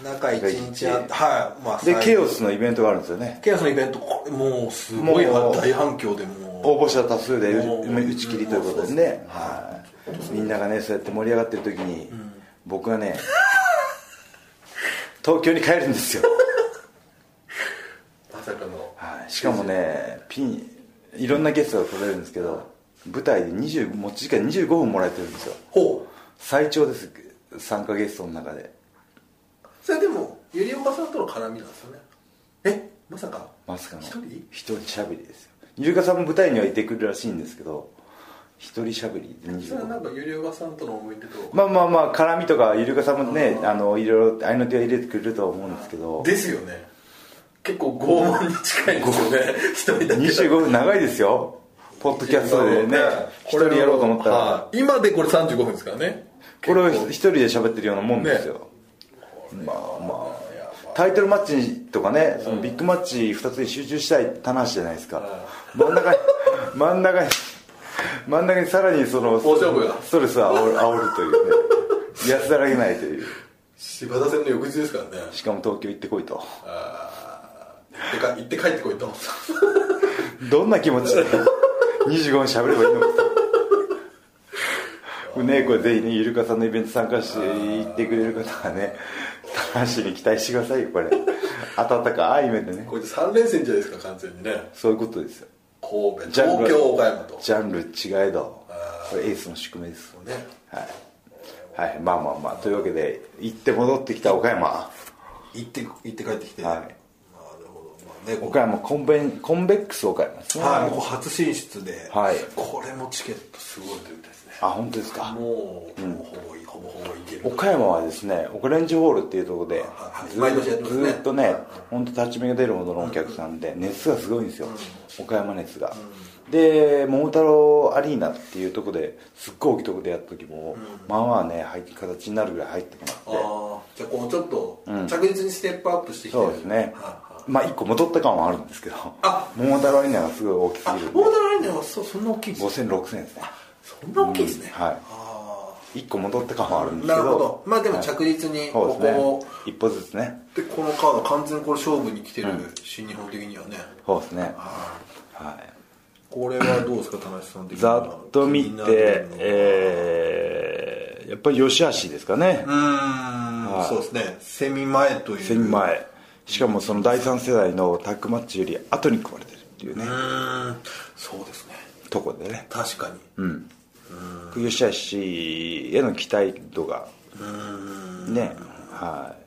い、中一日あってはいまあでケオススのイベントがあるんですよねケオスのイベントこれもうすごいもう大反響でもう応募者多数でもう打ち切りということでね、はい、みんながねそうやって盛り上がってる時に、僕はね東京に帰るんですよ、まさかのはい、しかもねピンいろんなゲストが来れるんですけど舞台で20持ち時間25分もらえてるんですよほう最長です参加ゲストの中でそれでもゆりおかさんとの絡みなんですよねえまさかまさかの一人一人しゃべりですよゆりかさんも舞台にはいてくるらしいんですけど一人しゃべりでそれは25なんかゆりおかさんとの思い出とまあまあまあ絡みとかゆりかさんもねうんあのいろいろ合いの手を入れてくれるとは思うんですけどですよね結構拷問に近いですよね一人だけだと25分長いですよポッドキャストでね一人やろうと思ったらはい今でこれ35分ですからねこれを結構一人で喋ってるようなもんですよまあまあタイトルマッチとかねそのビッグマッチ2つに集中したいって棚橋じゃないですか真ん中 *laughs* に真ん中に真ん中にさらにその大丈夫やストレスを煽る煽るというね安らげないという柴田線の翌日ですからねしかも東京行ってこいとあー行ってか行って帰ってこいとどんな気持ちで25分しゃべればいいのかとねこれぜひねゆるかさんのイベント参加して行ってくれる方がね棚橋に期待してくださいよこれ温かい目でねこれで3連戦じゃないですか完全にねそういうことですよ神戸ジャン東ル京岡山とジャンル違えどあーこれエースの宿命ですねはい、はい、まあまあまあというわけで行って戻ってきた岡山行って行って帰ってきて、はいなるほどまあねこ岡山コンベンコンベックス岡山ですね、はい、ここ初進出で、はいこれもチケットすごいというですねあ本当ですかもう、もうほぼいほぼほぼいける岡山はですねオクレンジホールっていうところではいず毎年やってますねずっとね本当立ち目が出るほどのお客さんで熱がすごいんですよ岡山熱がで桃太郎アリーナっていうところですっごい大きいところでやった時もまあまあね入って形になるぐらい入ってこなくあてあじゃあこうちょっとうん着実にステップアップしてきてるそうですねはいまあ1個戻った感はあるんですけどあ桃太郎アリーナがすごい大きすはいあぎるんでモーダルアレンジはそうそんな大きいんですね50006000ですねそんな大きいですね、うんはいあ1個戻った感はあるんであすけなどるほどまあでもはい着実にそうでこすこを、ね一歩ずつねでこのカード完全にこれ勝負に来てる、新日本的にはねそうですねあはいこれはどうですか田中さん的にざはっと見気てになるのはえーやっぱり吉橋ですかねう、ーはんいそうですねセミ前という千人前しかもその第3世代のタッグマッチより後に組まれてるっていうねう、ーんそうですねとこでね確かにうん吉橋への期待度がねはい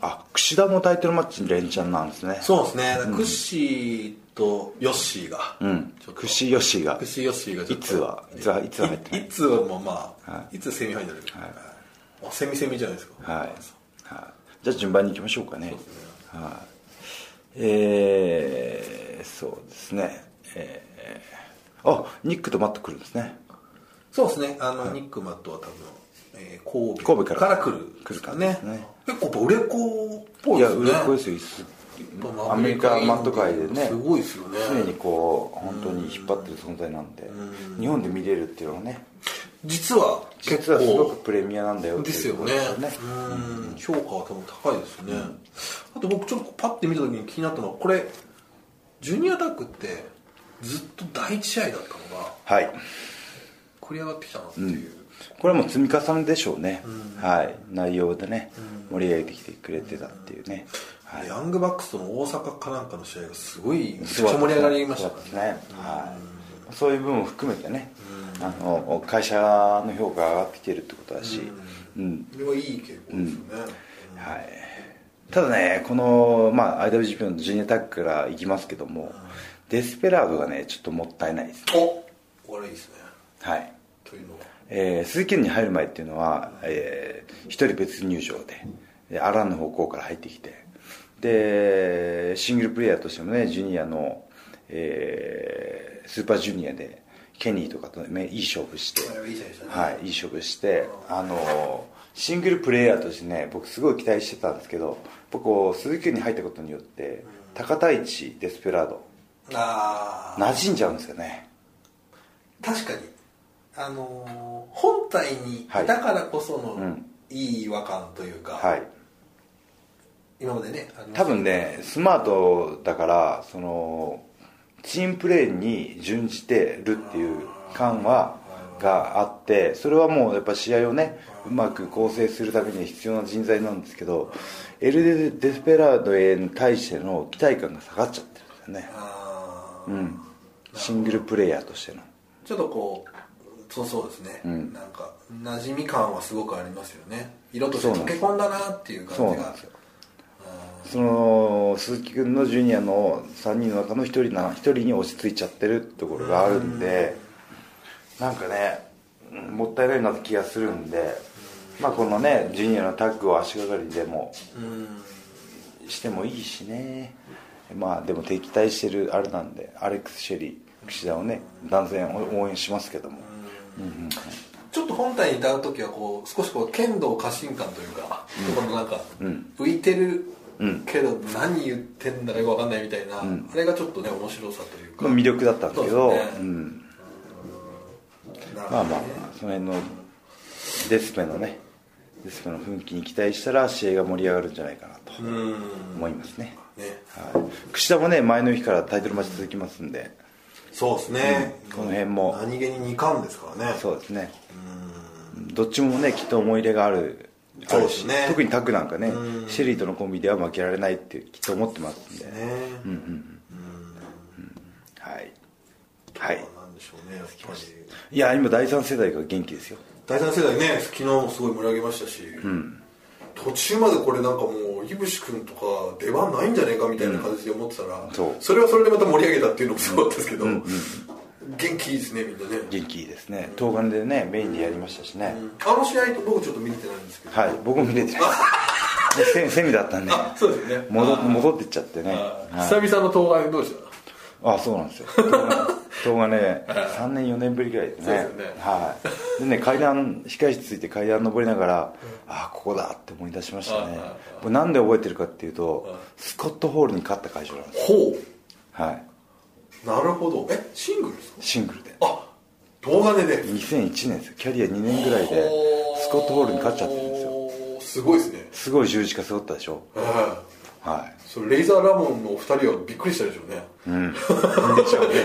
あ櫛田もタイトルマッチに連チャンなんですねそうですね、クッシーとヨッシーが、うんちょっとクッシ櫛吉がーヨッシーがちょっといつはいつはいつは入ってないいいつはもうまあ、、はいつセミファイナルで、あセミセミじゃないですかはい、はい、じゃあ順番に行きましょうかねはいえー、そうですねえー、あニックとマット来るんですねそうですねあの、ニックマットは多分、えー神戸神戸から来るんですか来るねからですね結構やっぱ売れっ子っぽいいでやすね売れっ子ですよいつやっぱアメリカマット界でねすごいですよね常にこう本当に引っ張ってる存在なんで日本で見れるっていうのはね実は結実はすご構くプレミアなんだよってでいすうよとこねろうん評価は多分高いですね、あと僕ちょっとパッて見た時に気になったのはこれジュニアタッグってずっと第一試合だったのがはい繰り上がってきたなっていう、これはもう積み重ねでしょうね、はい内容でね盛り上げてきてくれてたっていうね、はいヤングバックスとの大阪かなんかの試合がすごいめちゃくちゃ盛り上がりましたかそうらでねすね、はい、そういう部分を含めてね、あの会社の評価が上がってきてるってことだし、うんこれはいい傾向ですよね、はい、ただねこの、まあ、IWGP のジュニアタッグからいきますけども、デスペラードがねちょっともったいないです、おこれいいですねはいというのはえー鈴木に入る前っていうのは、え1人別入場ででアランの方向から入ってきてでシングルプレイヤーとしてもねジュニアの、えースーパージュニアでケニーとかとねいい勝負して、これはいい試合でしたね、はい、いい勝負して、あのシングルプレイヤーとしてね、僕、すごい期待してたんですけど、僕、こう鈴木に入ったことによって、高田市、デスペラード、ああ馴染んじゃうんですよね、確かにあのー本体にいたからこその、うんいい違和感というか、はい、今までねありました多分ね、スマートだから、そのチームプレーに準じてるっていう感は、があって、それはもうやっぱ試合をね、うまく構成するために必要な人材なんですけど、エルデ・デスペラードへ対しての期待感が下がっちゃってるんですよね。あーうん、シングルプレイヤーとしてのちょっとこうそうそうですね、んなんか馴染み感はすごくありますよね色として溶け込んだなっていうそ感うじなんがですよその鈴木君のジュニアの3人の中の1人な一人に落ち着いちゃってるところがあるんでなんかねうんもったいないなって気がするんでまあこのねジュニアのタッグを足がかりでもうんしてもいいしねまあでも敵対してるあれなんでアレックス・シェリー岸田をね男性を応援しますけどもうんうんちょっと本体に至る時はこう少しこう剣道家臣感というか、とこのなんかん浮いてるうんけど何言ってんだかよくわかんないみたいな、んあれがちょっとね面白さというか、まあ魅力だったんですけどそうですねうんなるまほどあねまあその辺のデスペのねデスペの雰囲気に期待したら試合が盛り上がるんじゃないかなとうん思いますね、ねはい、櫛田もね前の日からタイトルマッチ続きますんでそうですね、この辺も何気に2巻ですからねそうですねどっちもねきっと思い入れがあるあそうるでし、すね特にタッグなんかねうんシェリーとのコンビでは負けられないってきっと思ってますんでねうんうんうんはいはいまあなんでしょうねやっぱりいや今第三世代が元気ですよ第三世代ね昨日もすごい盛り上げましたし、途中までこれなんかもういぶし君とか出番ないんじゃねえかみたいな感じで思ってたら、そうれはそれでまた盛り上げたっていうのもそうだったんですけど、元気いいですねみんなね、元気いいですね東金でねメインでやりましたしね、あの試合僕ちょっと見れてないんですけど、はい僕も見 *laughs* れてないセセミだったんであそうですよね戻っあ戻ってっちゃってねあーはい久々の東海どうでしたあそうなんですよ動画ね3年4年ぶりぐらいですねそうですよねはいでね階段控室ついて階段登りながら、ああここだって思い出しましたねああこれなんで覚えてるかっていうと、あスコットホールに勝った会場なんですほうはいなるほどえシングルですかシングルであ動画でね2001年ですよキャリア2年ぐらいでほうスコットホールに勝っちゃってるんですよすごいですねすごい十字架背負ったでしょはいはそれレイザーラモンのお二人はびっくりしたでしょうね、いうん *laughs* でしょうね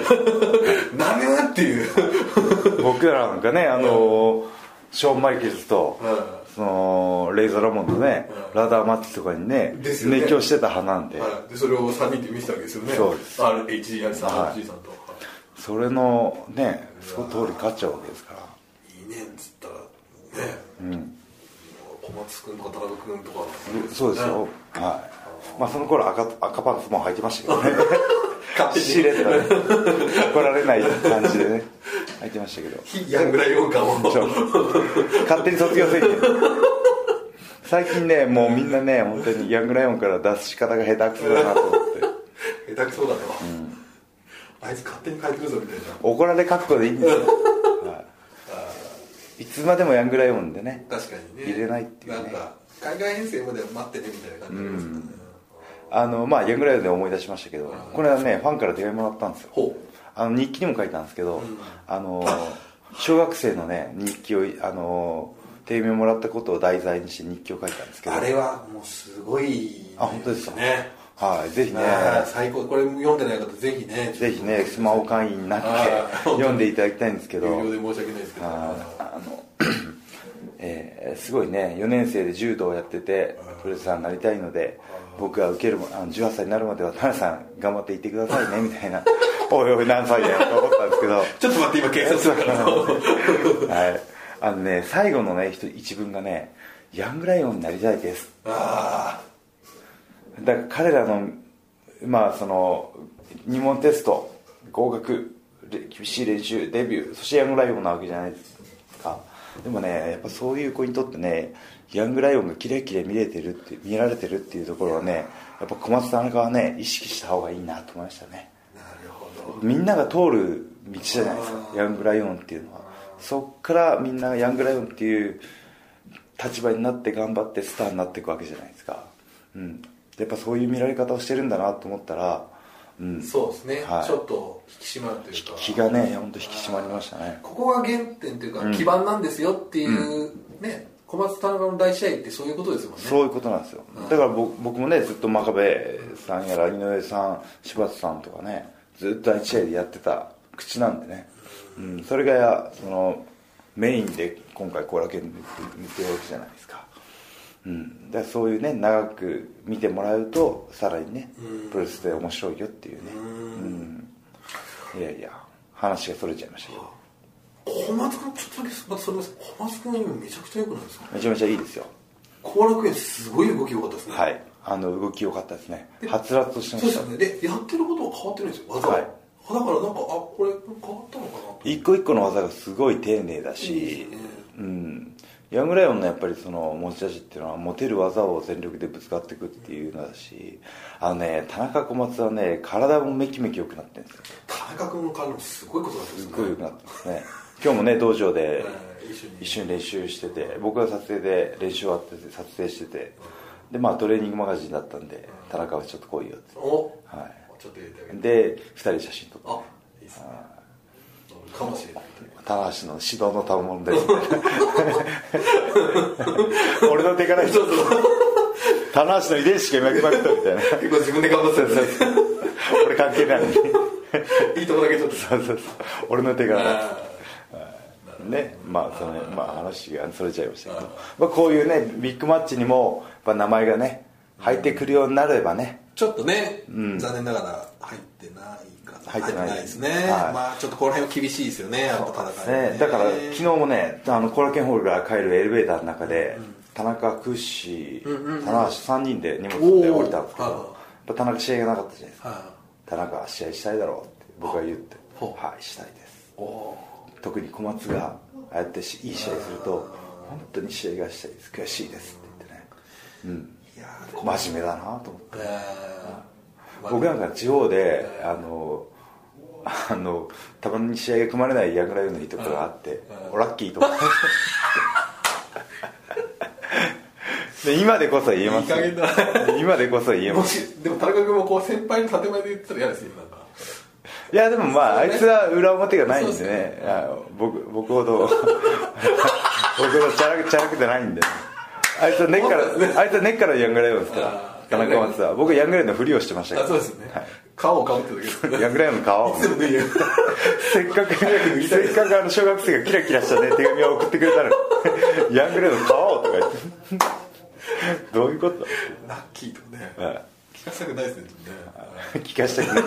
なにゃっていう僕らなんかねあのーショーン・マイケルズと、はそのレイザーラモンとね、うんラダーマッチとかにねですよね熱狂してた派なんで、いでそれを3人で見せたわけですよねそうですあの HDR さん、はい RG さんとそれのねスコット・ホールに勝っちゃうわけですからいいねっつったらね、小松君とか田辺君とかそうですよ、はいまあその頃赤赤パンツも履いてましたけどね *laughs* 勝手しにれっとね怒られない感じでね履いてましたけど非ヤングライオン感をそう勝手に卒業宣言最近ねもうみんなね本当にヤングライオンから出す仕方が下手くそだなと思って下手くそだね、あいつ勝手に変えてくるぞみたいな怒られ覚悟でいいんですよ、はい、いつまでもヤングライオンでね確かにね入れないっていうねなんか海外遠征まで待ってねみたいな感じありますよね、あのまあヤングライオンで思い出しましたけどこれはねファンから手紙もらったんですよほあの日記にも書いたんですけど、んあの小学生のね日記をあの手紙をもらったことを題材にして日記を書いたんですうけどあれはもうすごいあ本当ですかねはいぜひねあー最高これ読んでない方ぜひねぜひねスマホ会員になってあー読んでいただきたいんですけど有料で申し訳ないですけどああの、 *coughs* えーすごいね4年生で柔道をやっててプロレスラーになりたいので僕は受けるもあの18歳になるまでは奈良さん頑張っていってくださいねみたいな *laughs* おいおい何歳だよと思ったんですけどちょっと待って今計算す *laughs* るからはいあのね最後のね一一文がねヤングライオンになりたいですあだから彼らのまあその入門テスト合格れ厳しい練習デビューそしてヤングライオンなわけじゃないですかでもねやっぱそういう子にとってねヤングライオンがキレキレ見れてるって見られてるっていうところはねやっぱ小松田中はね意識した方がいいなと思いましたねあなるほどみんなが通る道じゃないですかヤングライオンっていうのはそっからみんなヤングライオンっていう立場になって頑張ってスターになっていくわけじゃないですか、うん、やっぱそういう見られ方をしてるんだなと思ったら、うん、そうですね、はいちょっと引き締まるというか気がね本当引き締まりましたねここが原点というか基盤なんですよっていう、ね小松田中の大試合ってそういうことですもんねそういうことなんですよだから僕僕もねずっと真壁さんやら井上さん柴田さんとかねずっと第一試合でやってた口なんでね、うん、それがそのメインで今回後楽園で見てるわけじゃないですか、うん、だからそういうね長く見てもらうとさらにねプロレスで面白いよっていうねうーんうんいやいや話がそれちゃいましたけど小松君ちょっとだけまたそれです小松君今めちゃくちゃ良くないですかめちゃめちゃいいですよ後楽園すごい動き良かったですねはいあの動き良かったですねはつらつとしてまそうでしすたよねでやってることが変わってるんですよ技が、はいだからなんかあこれ変わったのかなと一個一個の技がすごい丁寧だいいですしよねうんヤングライオンのやっぱりその持ち味っていうのは持てる技を全力でぶつかっていくっていうのだしあのね田中小松はね体もめきめき良くなってるんですよ田中君の体もすごいことになってますすっねごい良くなってますね今日もね道場でえー一緒に一緒に練習してて僕が撮影で練習終わってて撮影しててでまあトレーニングマガジンだったんで田中はちょっと来いよっておはちょっと入れてあげいてで2人で写真撮ってあいいですねかもし *laughs* れない棚橋の指導の賜物で俺の手から一つ棚橋の遺伝子が脈々とみたいな結構自分で頑張ってたんですね俺関係ないのにいいとこだけちょっとそうそうそう俺の手からあねまあそのまあ話がそれちゃいましたけど、まあ、こういうねビッグマッチにもやっぱ名前がね入ってくるようになればねーちょっとね、残念ながら入ってないかな入ってないですね、はいまあちょっとこの辺は厳しいですよねやっぱ戦いはねだから昨日もねあの後楽園ホールから帰るエレベーターの中で、田中クッシー、棚橋3人で荷物持って降りたんですけどおーやっぱ田中試合がなかったじゃないですか、は田中は試合したいだろうって僕が言ってほうはいしたいですいおー特に小松がああやってしいい試合すると本当に試合がしたいです悔しいですって言ってね、いやうん、真面目だなと思ってーえーまあ僕なんか地方であのあのたまに試合が組まれないヤングライオンの日とかがあって、うんおラッキーとか *laughs* で今でこそ言えますよいい加減今でこそ言えまもすしでも田中君もこう先輩の建前で言ってたら嫌ですよなんかいやでもまああそうねいつは裏表がないんそでうねですよねあ僕僕ほど *laughs* 僕ほどチャラくチャラくじゃないんであいつは根っかそうですねらあいつは根っからヤングライオンですかあらー田中松は僕ヤングライオンのふりをしてましたあかそうですよね、顔をかぶってるだけですらヤングライオンの *laughs* 顔を全部言う *laughs* せっかくせっかくあの小学生がキラキラしたね手紙を送ってくれたの *laughs* にヤングレイの買おうとか言ってどういうことラッキーとかね、は聞かせたくないですねちょっとね聞かせてくれ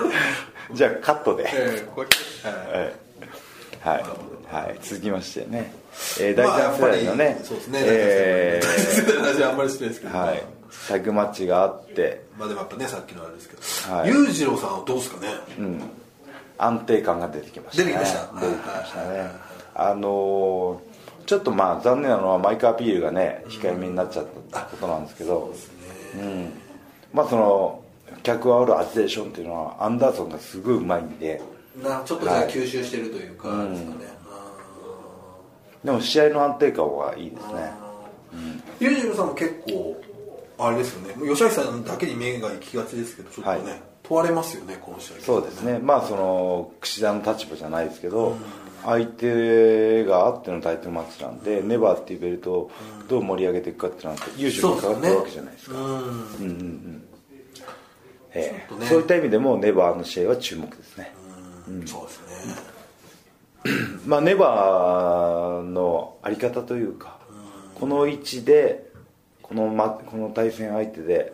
じゃあカットで、ええこうやってはいはいはい、続きましてね、えー、第3世代のまあねやっ,、ぱりそうですねえ大体世代の話はあんまりしてないですけど、ーはい、タッグマッチがあってまあでもやっぱねさっきのあれですけはいど裕次郎さんはどうですかね、安定感が出てきましたね出てきました出てきましたはいはいはねいあのーちょっとまあ残念なのはマイクアピールがね控えめになっちゃったってことなんですけど、うんまあその客を煽るアジテーションっていうのはアンダーソンがすごいうまいんでなちょっとじゃあ吸収してるというかですかね、でも試合の安定感はいいですねうん裕次郎さんも結構あれですよねもう吉崎さんだけに目が行きがちですけどちょっとね、はい問われますよねこの試合そうですねまあその櫛田の立場じゃないですけど相手があってのタイトルマッチなんでネバーっていうベルトをどう盛り上げていくかっていうのは優秀そにかうかってねるわけじゃないですかうんえちょっえとねそういった意味でもネバーの試合は注目ですね、そうですね、まあ、ネバーのあり方というか、この位置でこの,、ま、この対戦相手で、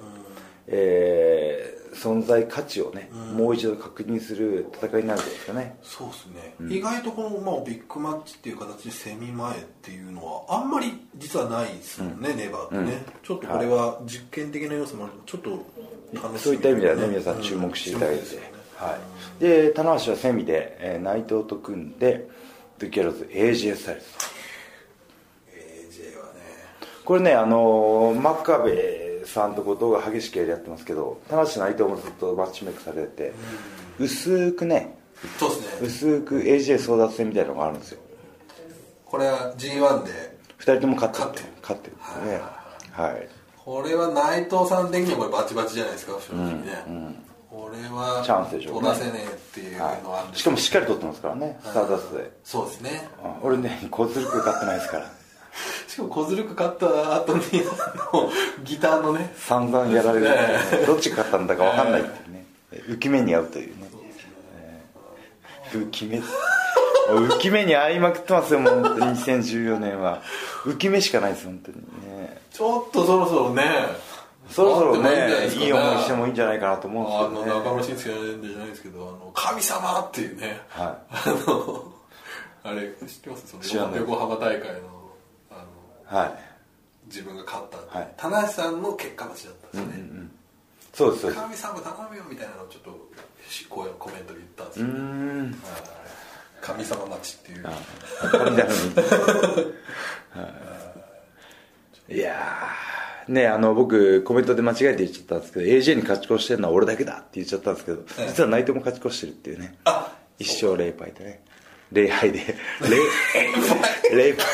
えー存在価値をね、もう一度確認する戦いになるんですかねそうですね、意外とこの、まあ、ビッグマッチっていう形でセミ前っていうのはあんまり実はないですもんね、ネバーってね、ちょっとこれは実験的な要素もあるのでちょっと試してそういった意味ではね、皆さん注目していただいて、うん注目ですよねはい、で棚橋はセミで、えー内藤と組んでドゥキャローズ AJ スタイルズ AJ はねこれねあのー真壁さんと後藤が激しくやり合ってますけど田橋の相手もずっとマッチメイクされてて、薄くねそうですね薄く AJ 争奪戦みたいなのがあるんですよこれは G1 で2人とも勝ってる勝ってるんですよねはいこれは内藤さん的にはこれバチバチじゃないですか正直ね、これはチャンスでしょう取ねらせねえっていうのはあるんはでい、しすかもしっかり取ってますからねスターダストでそうですねあ俺ね交通力勝ってないですからしかも小ずるく勝った後にあのギターのね散々やられるっていうねどっちが勝ったんだか分かんないっていうね浮き目に合うというねえー浮き目浮き目に合いまくってますよもう本当に2014年は浮き目しかないです本当にねちょっとそろそろねそろそろあってもいいんじゃなねですかいい思いしてもいいんじゃないかなと思あうんでのすけどね中村慎介じゃないんですけどあの神様っていうね、はあのああれ知ってますそ知らのない横浜大会のあのはい自分が勝ったって、はい棚橋さんの結果待ちだったんですよね、そうですそうです川上さんも頼むよみたいなのをちょっとしこうコメントで言ったんですうよ、ーんはい神様待ちっていうあ神頼み *laughs* はいいやーねあの僕コメントで間違えて言っちゃったんですけど AJ に勝ち越してるのは俺だけだって言っちゃったんですけどええ実は内藤も勝ち越してるっていうねあ一勝0敗でね礼拝で *laughs* 礼礼拝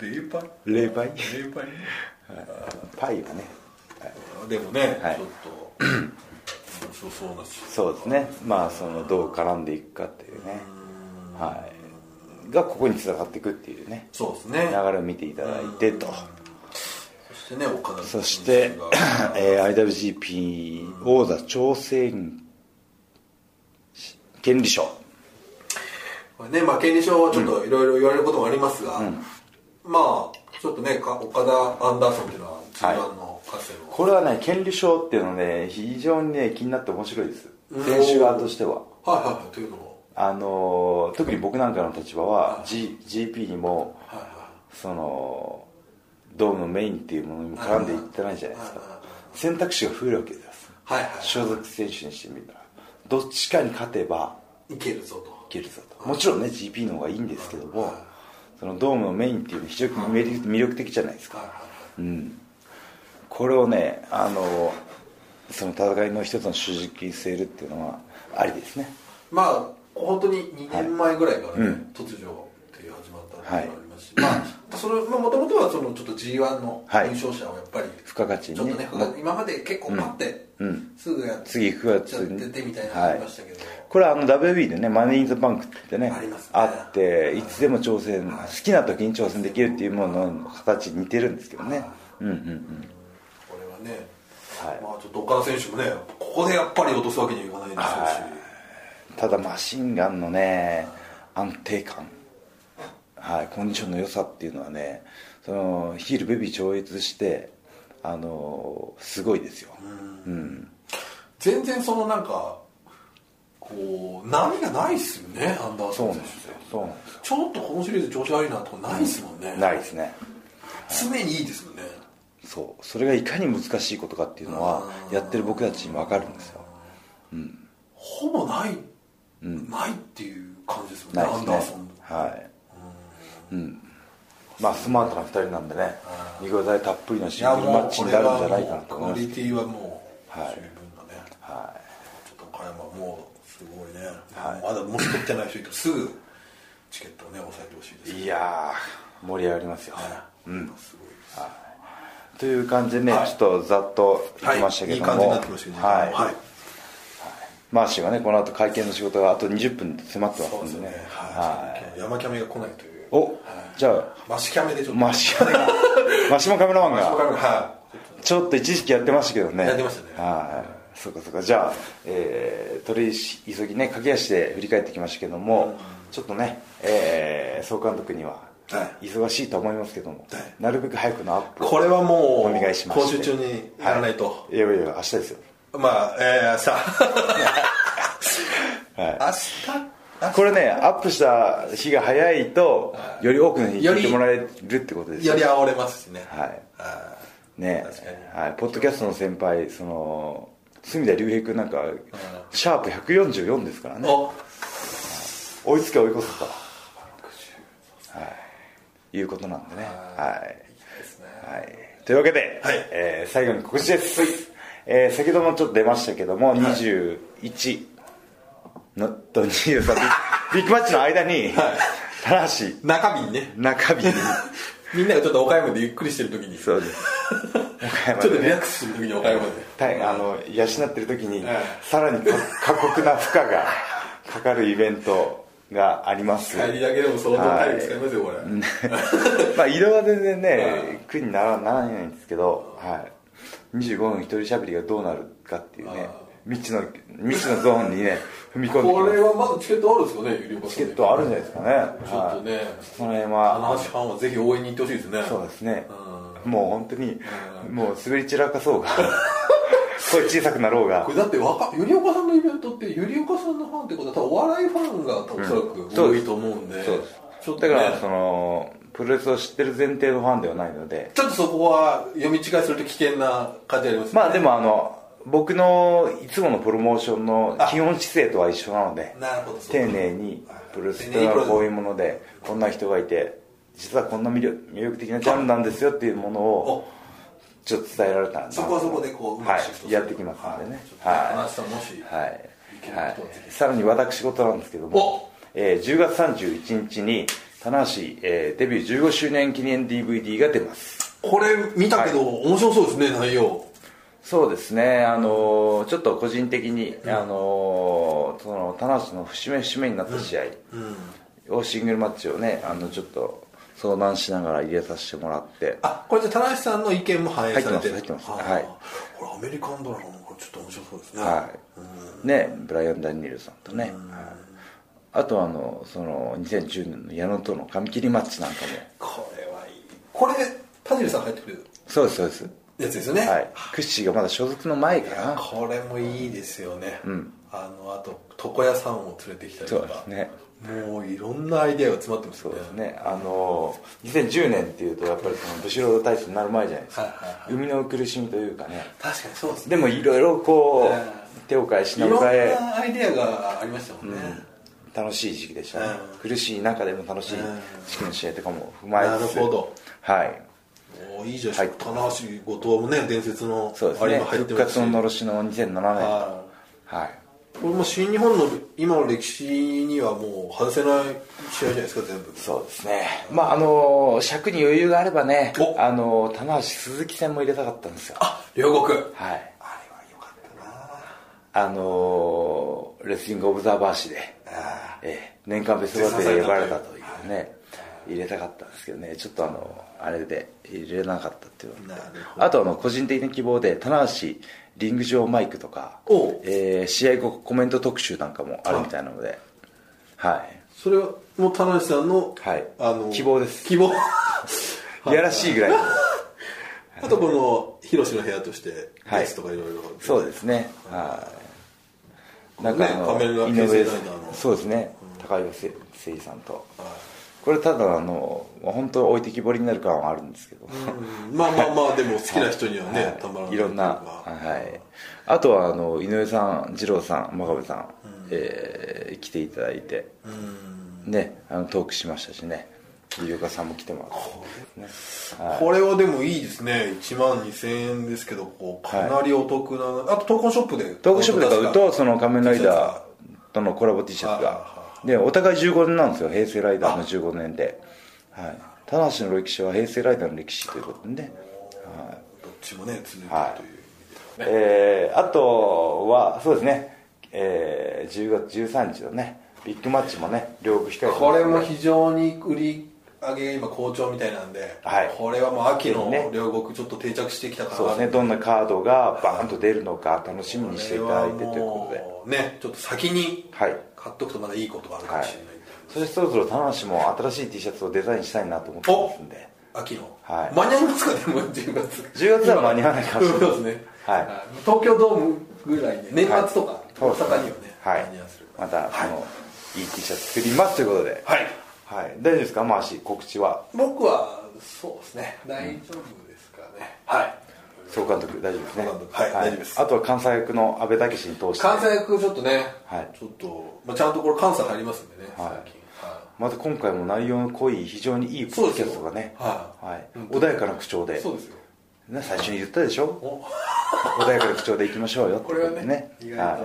霊パイ霊媒霊パイパイはねでもね、はいちょっと面白そうだしそうですねまあそのどう絡んでいくかっていうねはいがここにつながっていくっていうねそうですね流れを見ていただいてとそしてね岡田そして選手が、えー IWGP 王座挑戦権利賞これねまあ権利書はちょっといろいろ言われることもありますが、まあちょっとねか岡田アンダーソンっていうのは G1 の合戦を、これはね権利賞っていうのね非常にね気になって面白いですうん選手側としてははいはいはいというのもあのー特に僕なんかの立場は、G、GP にもはいはいそのドームのメインっていうものにも絡んでいってないじゃないですか選択肢が増えるわけですはいはい所属選手にしてみたらどっちかに勝てばいけるぞといけるぞともちろんね GP の方がいいんですけどもそのドームのメインっていうのは非常に魅力魅力的じゃないですかはいはいはいうんこれをねあのその戦いの一つの主軸に据えるっていうのはありですねまあ本当に2年前ぐらいからね、うん突如っていう始まったっていうのがありますし、まあそれもともとはそのちょっと G1 のはい優勝者をやっぱり付加価値ちょっにとねね、も今まで結構待ってうんすぐやっ次9月ちゃっにててみたいなのありましたけど、これはあの WB でねマネー・イン・ザ・バンクってねありますねあっていつでも挑戦、はい好きな時に挑戦できるっていうものの形に似てるんですけどね、はいうんうんうんこれはね、はいまあちょっと岡田選手もねここでやっぱり落とすわけにはいかないでしょうし、ただマシンガンのね安定感はいコンディションの良さっていうのはねそのヒールベビー超越してあのすごいですようん全然そのなんかこう波がないっすよねアンダーそうなソンんで選手すよそうなんですちょっとこのシリーズ調子悪いなとかないっすもんね、よないですね常にいいですもんねそうそれがいかに難しいことかっていうのはやってる僕たちに分かるんですよほぼない、んないっていう感じですもんねないアンダでーすソねンはいうんまあスマートな2人なんでね見応えたっぷりのシングルマもッうチこにれなるんじゃないかなはともう思クオいまリすティはもう十はい分だね、はいちょっと岡山もうすごいね、まだもし取ってない人いたらすぐチケットをね押さえてほしいですねいやー盛り上がりますよ、うんすごいですという感じでね、はいちょっとざっといきましたけども、はい、いい感じになってきましたけど、はいはいマーシーはねこの後会見の仕事があと20分で迫ってまそうですすんでねね、は、はい山キャメが来ないといいうおじゃあマシキャメでちょっとマーシーが *laughs* マシモカメラマンマシキャがメはいちょっと一時期やってましたけどねやってましたねはいそうかそうかじゃあ、えー取り急ぎね駆け足で振り返ってきましたけども、ちょっとね、えー総監督にはは忙しいと思いますけども、はいなるべく早くのアップをこれはもうお願いします今週中にやらないと、いやいや明日ですよまあえー、さあ、はい明日これねアップした日が早いとはいより多くの人によ聞りいてもらえるってことですよより煽れますしねはいあね確かにはい、ポッドキャストの先輩その隅田隆平君なんかシャープ144ですからーねお追いつけ追い越すとはいいうことなんでねはいですねはい、というわけで、はいえー最後に告知です、えー先ほどもちょっと出ましたけども、21のと23ビッグマッチの間に、棚橋中身ね中 *laughs* 日にみんながちょっと岡山でゆっくりしてる時にそうです岡山ちょっでとリラねックスしてる時に岡山で大あの養ってる時に、えさらにか過酷な負荷がかかるイベントがあります帰りだけでも相当体力使いますよこれ、 *laughs* まあ移動は全然はね苦にならならないんですけど、はい、25分一人しゃべりがどうなるかっていうねあ未知の未知のゾーン *laughs* にね踏み込んできこますれはまだチケットあるんですかね有料パスチケットあるんじゃないですかねちょっとねはい、その辺棚橋はファンはぜひ応援に行ってほしいですねそうですねう *laughs* もう本当にもう滑り散らかそうが声小さくなろうがこれだってわかゆりおかさんのイベントってゆりおかさんのファンってことは多分お笑いファンがおそらく多いと思うんで,、そうですちょっだとねからそのプロレスを知ってる前提のファンではないのでちょっとそこは読み違いすると危険な感じありますねまあでもあの僕のいつものプロモーションの基本姿勢とは一緒なのでなるほどそう丁寧にプロレスとはこういうものでこんな人がいて実はこんな魅力魅力的なジャンルなんですよっていうものをおちょっと伝えられたんでそこはそこでこううまはくシフトすいるやってきますんでねちょっとは話したもしいはいいけることははいぜひさらに私事なんですけどもお、えー10月31日に棚橋、えーデビュー15周年記念 DVD が出ますこれ見たけど面白そうですね内容そうですね、あのーちょっと個人的に、あのーその棚橋の節目節目になった試合うんを、シングルマッチをね、あのちょっと相談しながら入れさせてもらって、あこれじゃあ田橋さんの意見も反映されてる入ってます入ってますあーはいこれアメリカンドラゴンこれちょっと面白そうですねはいね、ブライアン・ダニエルさんとね、はいあとあのその2010年の矢野との髪切りマッチなんかも、これはいいこれ田尻さん入ってくるそうです、そうです、やつですよねはい、クッシーがまだ所属の前かな、これもいいですよね、あのあと床屋さんを連れてきたりそとうでかすね。もういろんなアイデアが詰まってますそようねですね、あの2010年っていうとやっぱりその武士ロード体制になる前じゃないですか、はいはいはい生みの苦しみというかね確かにそうですねでもいろいろこえう手を変えい品ろをん変えなアイデアがありましたもんね、楽しい時期でしたねうん苦しい中でも楽しいうん時期の試合とかも踏まえつつなるほどはいおーいいじゃなはいいですか、棚橋後藤もね伝説のそうですあねれも入って復ますし活ののろしの2007年ははいいこれもう新日本の今の歴史にはもう外せない試合じゃないですか全部そうですねまああの尺に余裕があればねおあの棚橋鈴木戦も入れたかったんですよあ両国はいあれは良かったなあのレスリングオブザーバー誌であええ、年間ベストバッターに選ばれたというね、入れたかったんですけどね、ちょっとあの、あれで入れなかったっていうのがあってなるほあとあの、個人的な希望で、棚橋リング上マイクとかおう、えー試合後コメント特集なんかもあるみたいなので、はい。それはもう棚橋さんの,、はいあの希望です希望いやらしいぐらいの、あとこの広ロの部屋としてはいゲストとかいろいろそうですね、はい。なんかあねの、仮面ライ井ダー上平成ライダーのそうですね、高岩せ誠二さんと。はこれただあの、本当置いてきぼりになる感はあるんですけど。いうんまあまあまあでも好きな人にはね、はいたまらないいろんな、はい、あとはあの井上さん、二郎さん、真壁さん、えー来ていただいて、うんね、あのトークしましたしね、飯岡さんも来てます、ねはいこれはでもいいですね1万2000円ですけどこうかなりお得な、あと投稿ショップでトークショップで買うと、その仮面ライ T シャツダがーとのコラボ T シャツはいがは、でお互い15年なんですよ、平成ライダーの15年で、はい、田橋の歴史は平成ライダーの歴史ということでね。はいどっちもね続いてるという、えーあとはそうですね、えー10月13日のねビッグマッチもね両国控えてますこれも非常に売り上げが今好調みたいなんで、はいこれはもう秋ねの両国ちょっと定着してきたからそうですねどんなカードがバーンと出るのか楽しみにしていただいてということでとでねちょっと先にはい買っとくとまだいいことがあるかもしれない、そしてそろそろ田橋も新しい T シャツをデザインしたいなと思ってますんで秋の、はい間に合いますかねもう10月10月は間に合わないかもしれないそうですね、はい東京ドームぐらいで年末とか、そう大です阪にはね、はい間に合わせるまたあの、い、い T シャツ作りますということで、はいはい、大丈夫ですかマーシー告知は僕はそうですね大丈夫ですかね、はい総監督大丈夫ですね総監督はい大丈夫ですあとは関西役の阿部武史に通して関西役ちょっとね、はいちょっと、まあ、ちゃんとこれ関西入りますんでね、はい最近、はまた今回も内容の濃い非常にいいポッドキャストがね、そうですよははいい穏やかな口調いでそうですよね、最初に言ったでしょお穏やかな口調でいきましょうよってことでねこれはね意は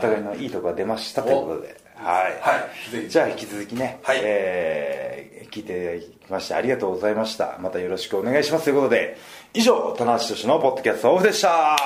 外とはい、おい互いのいいとこが出ましたということでははいぜひじゃあ引き続きね、はいえー聞いていただきましてありがとうございましたまたよろしくお願いしますということで以上棚橋俊のポッドキャストオフでした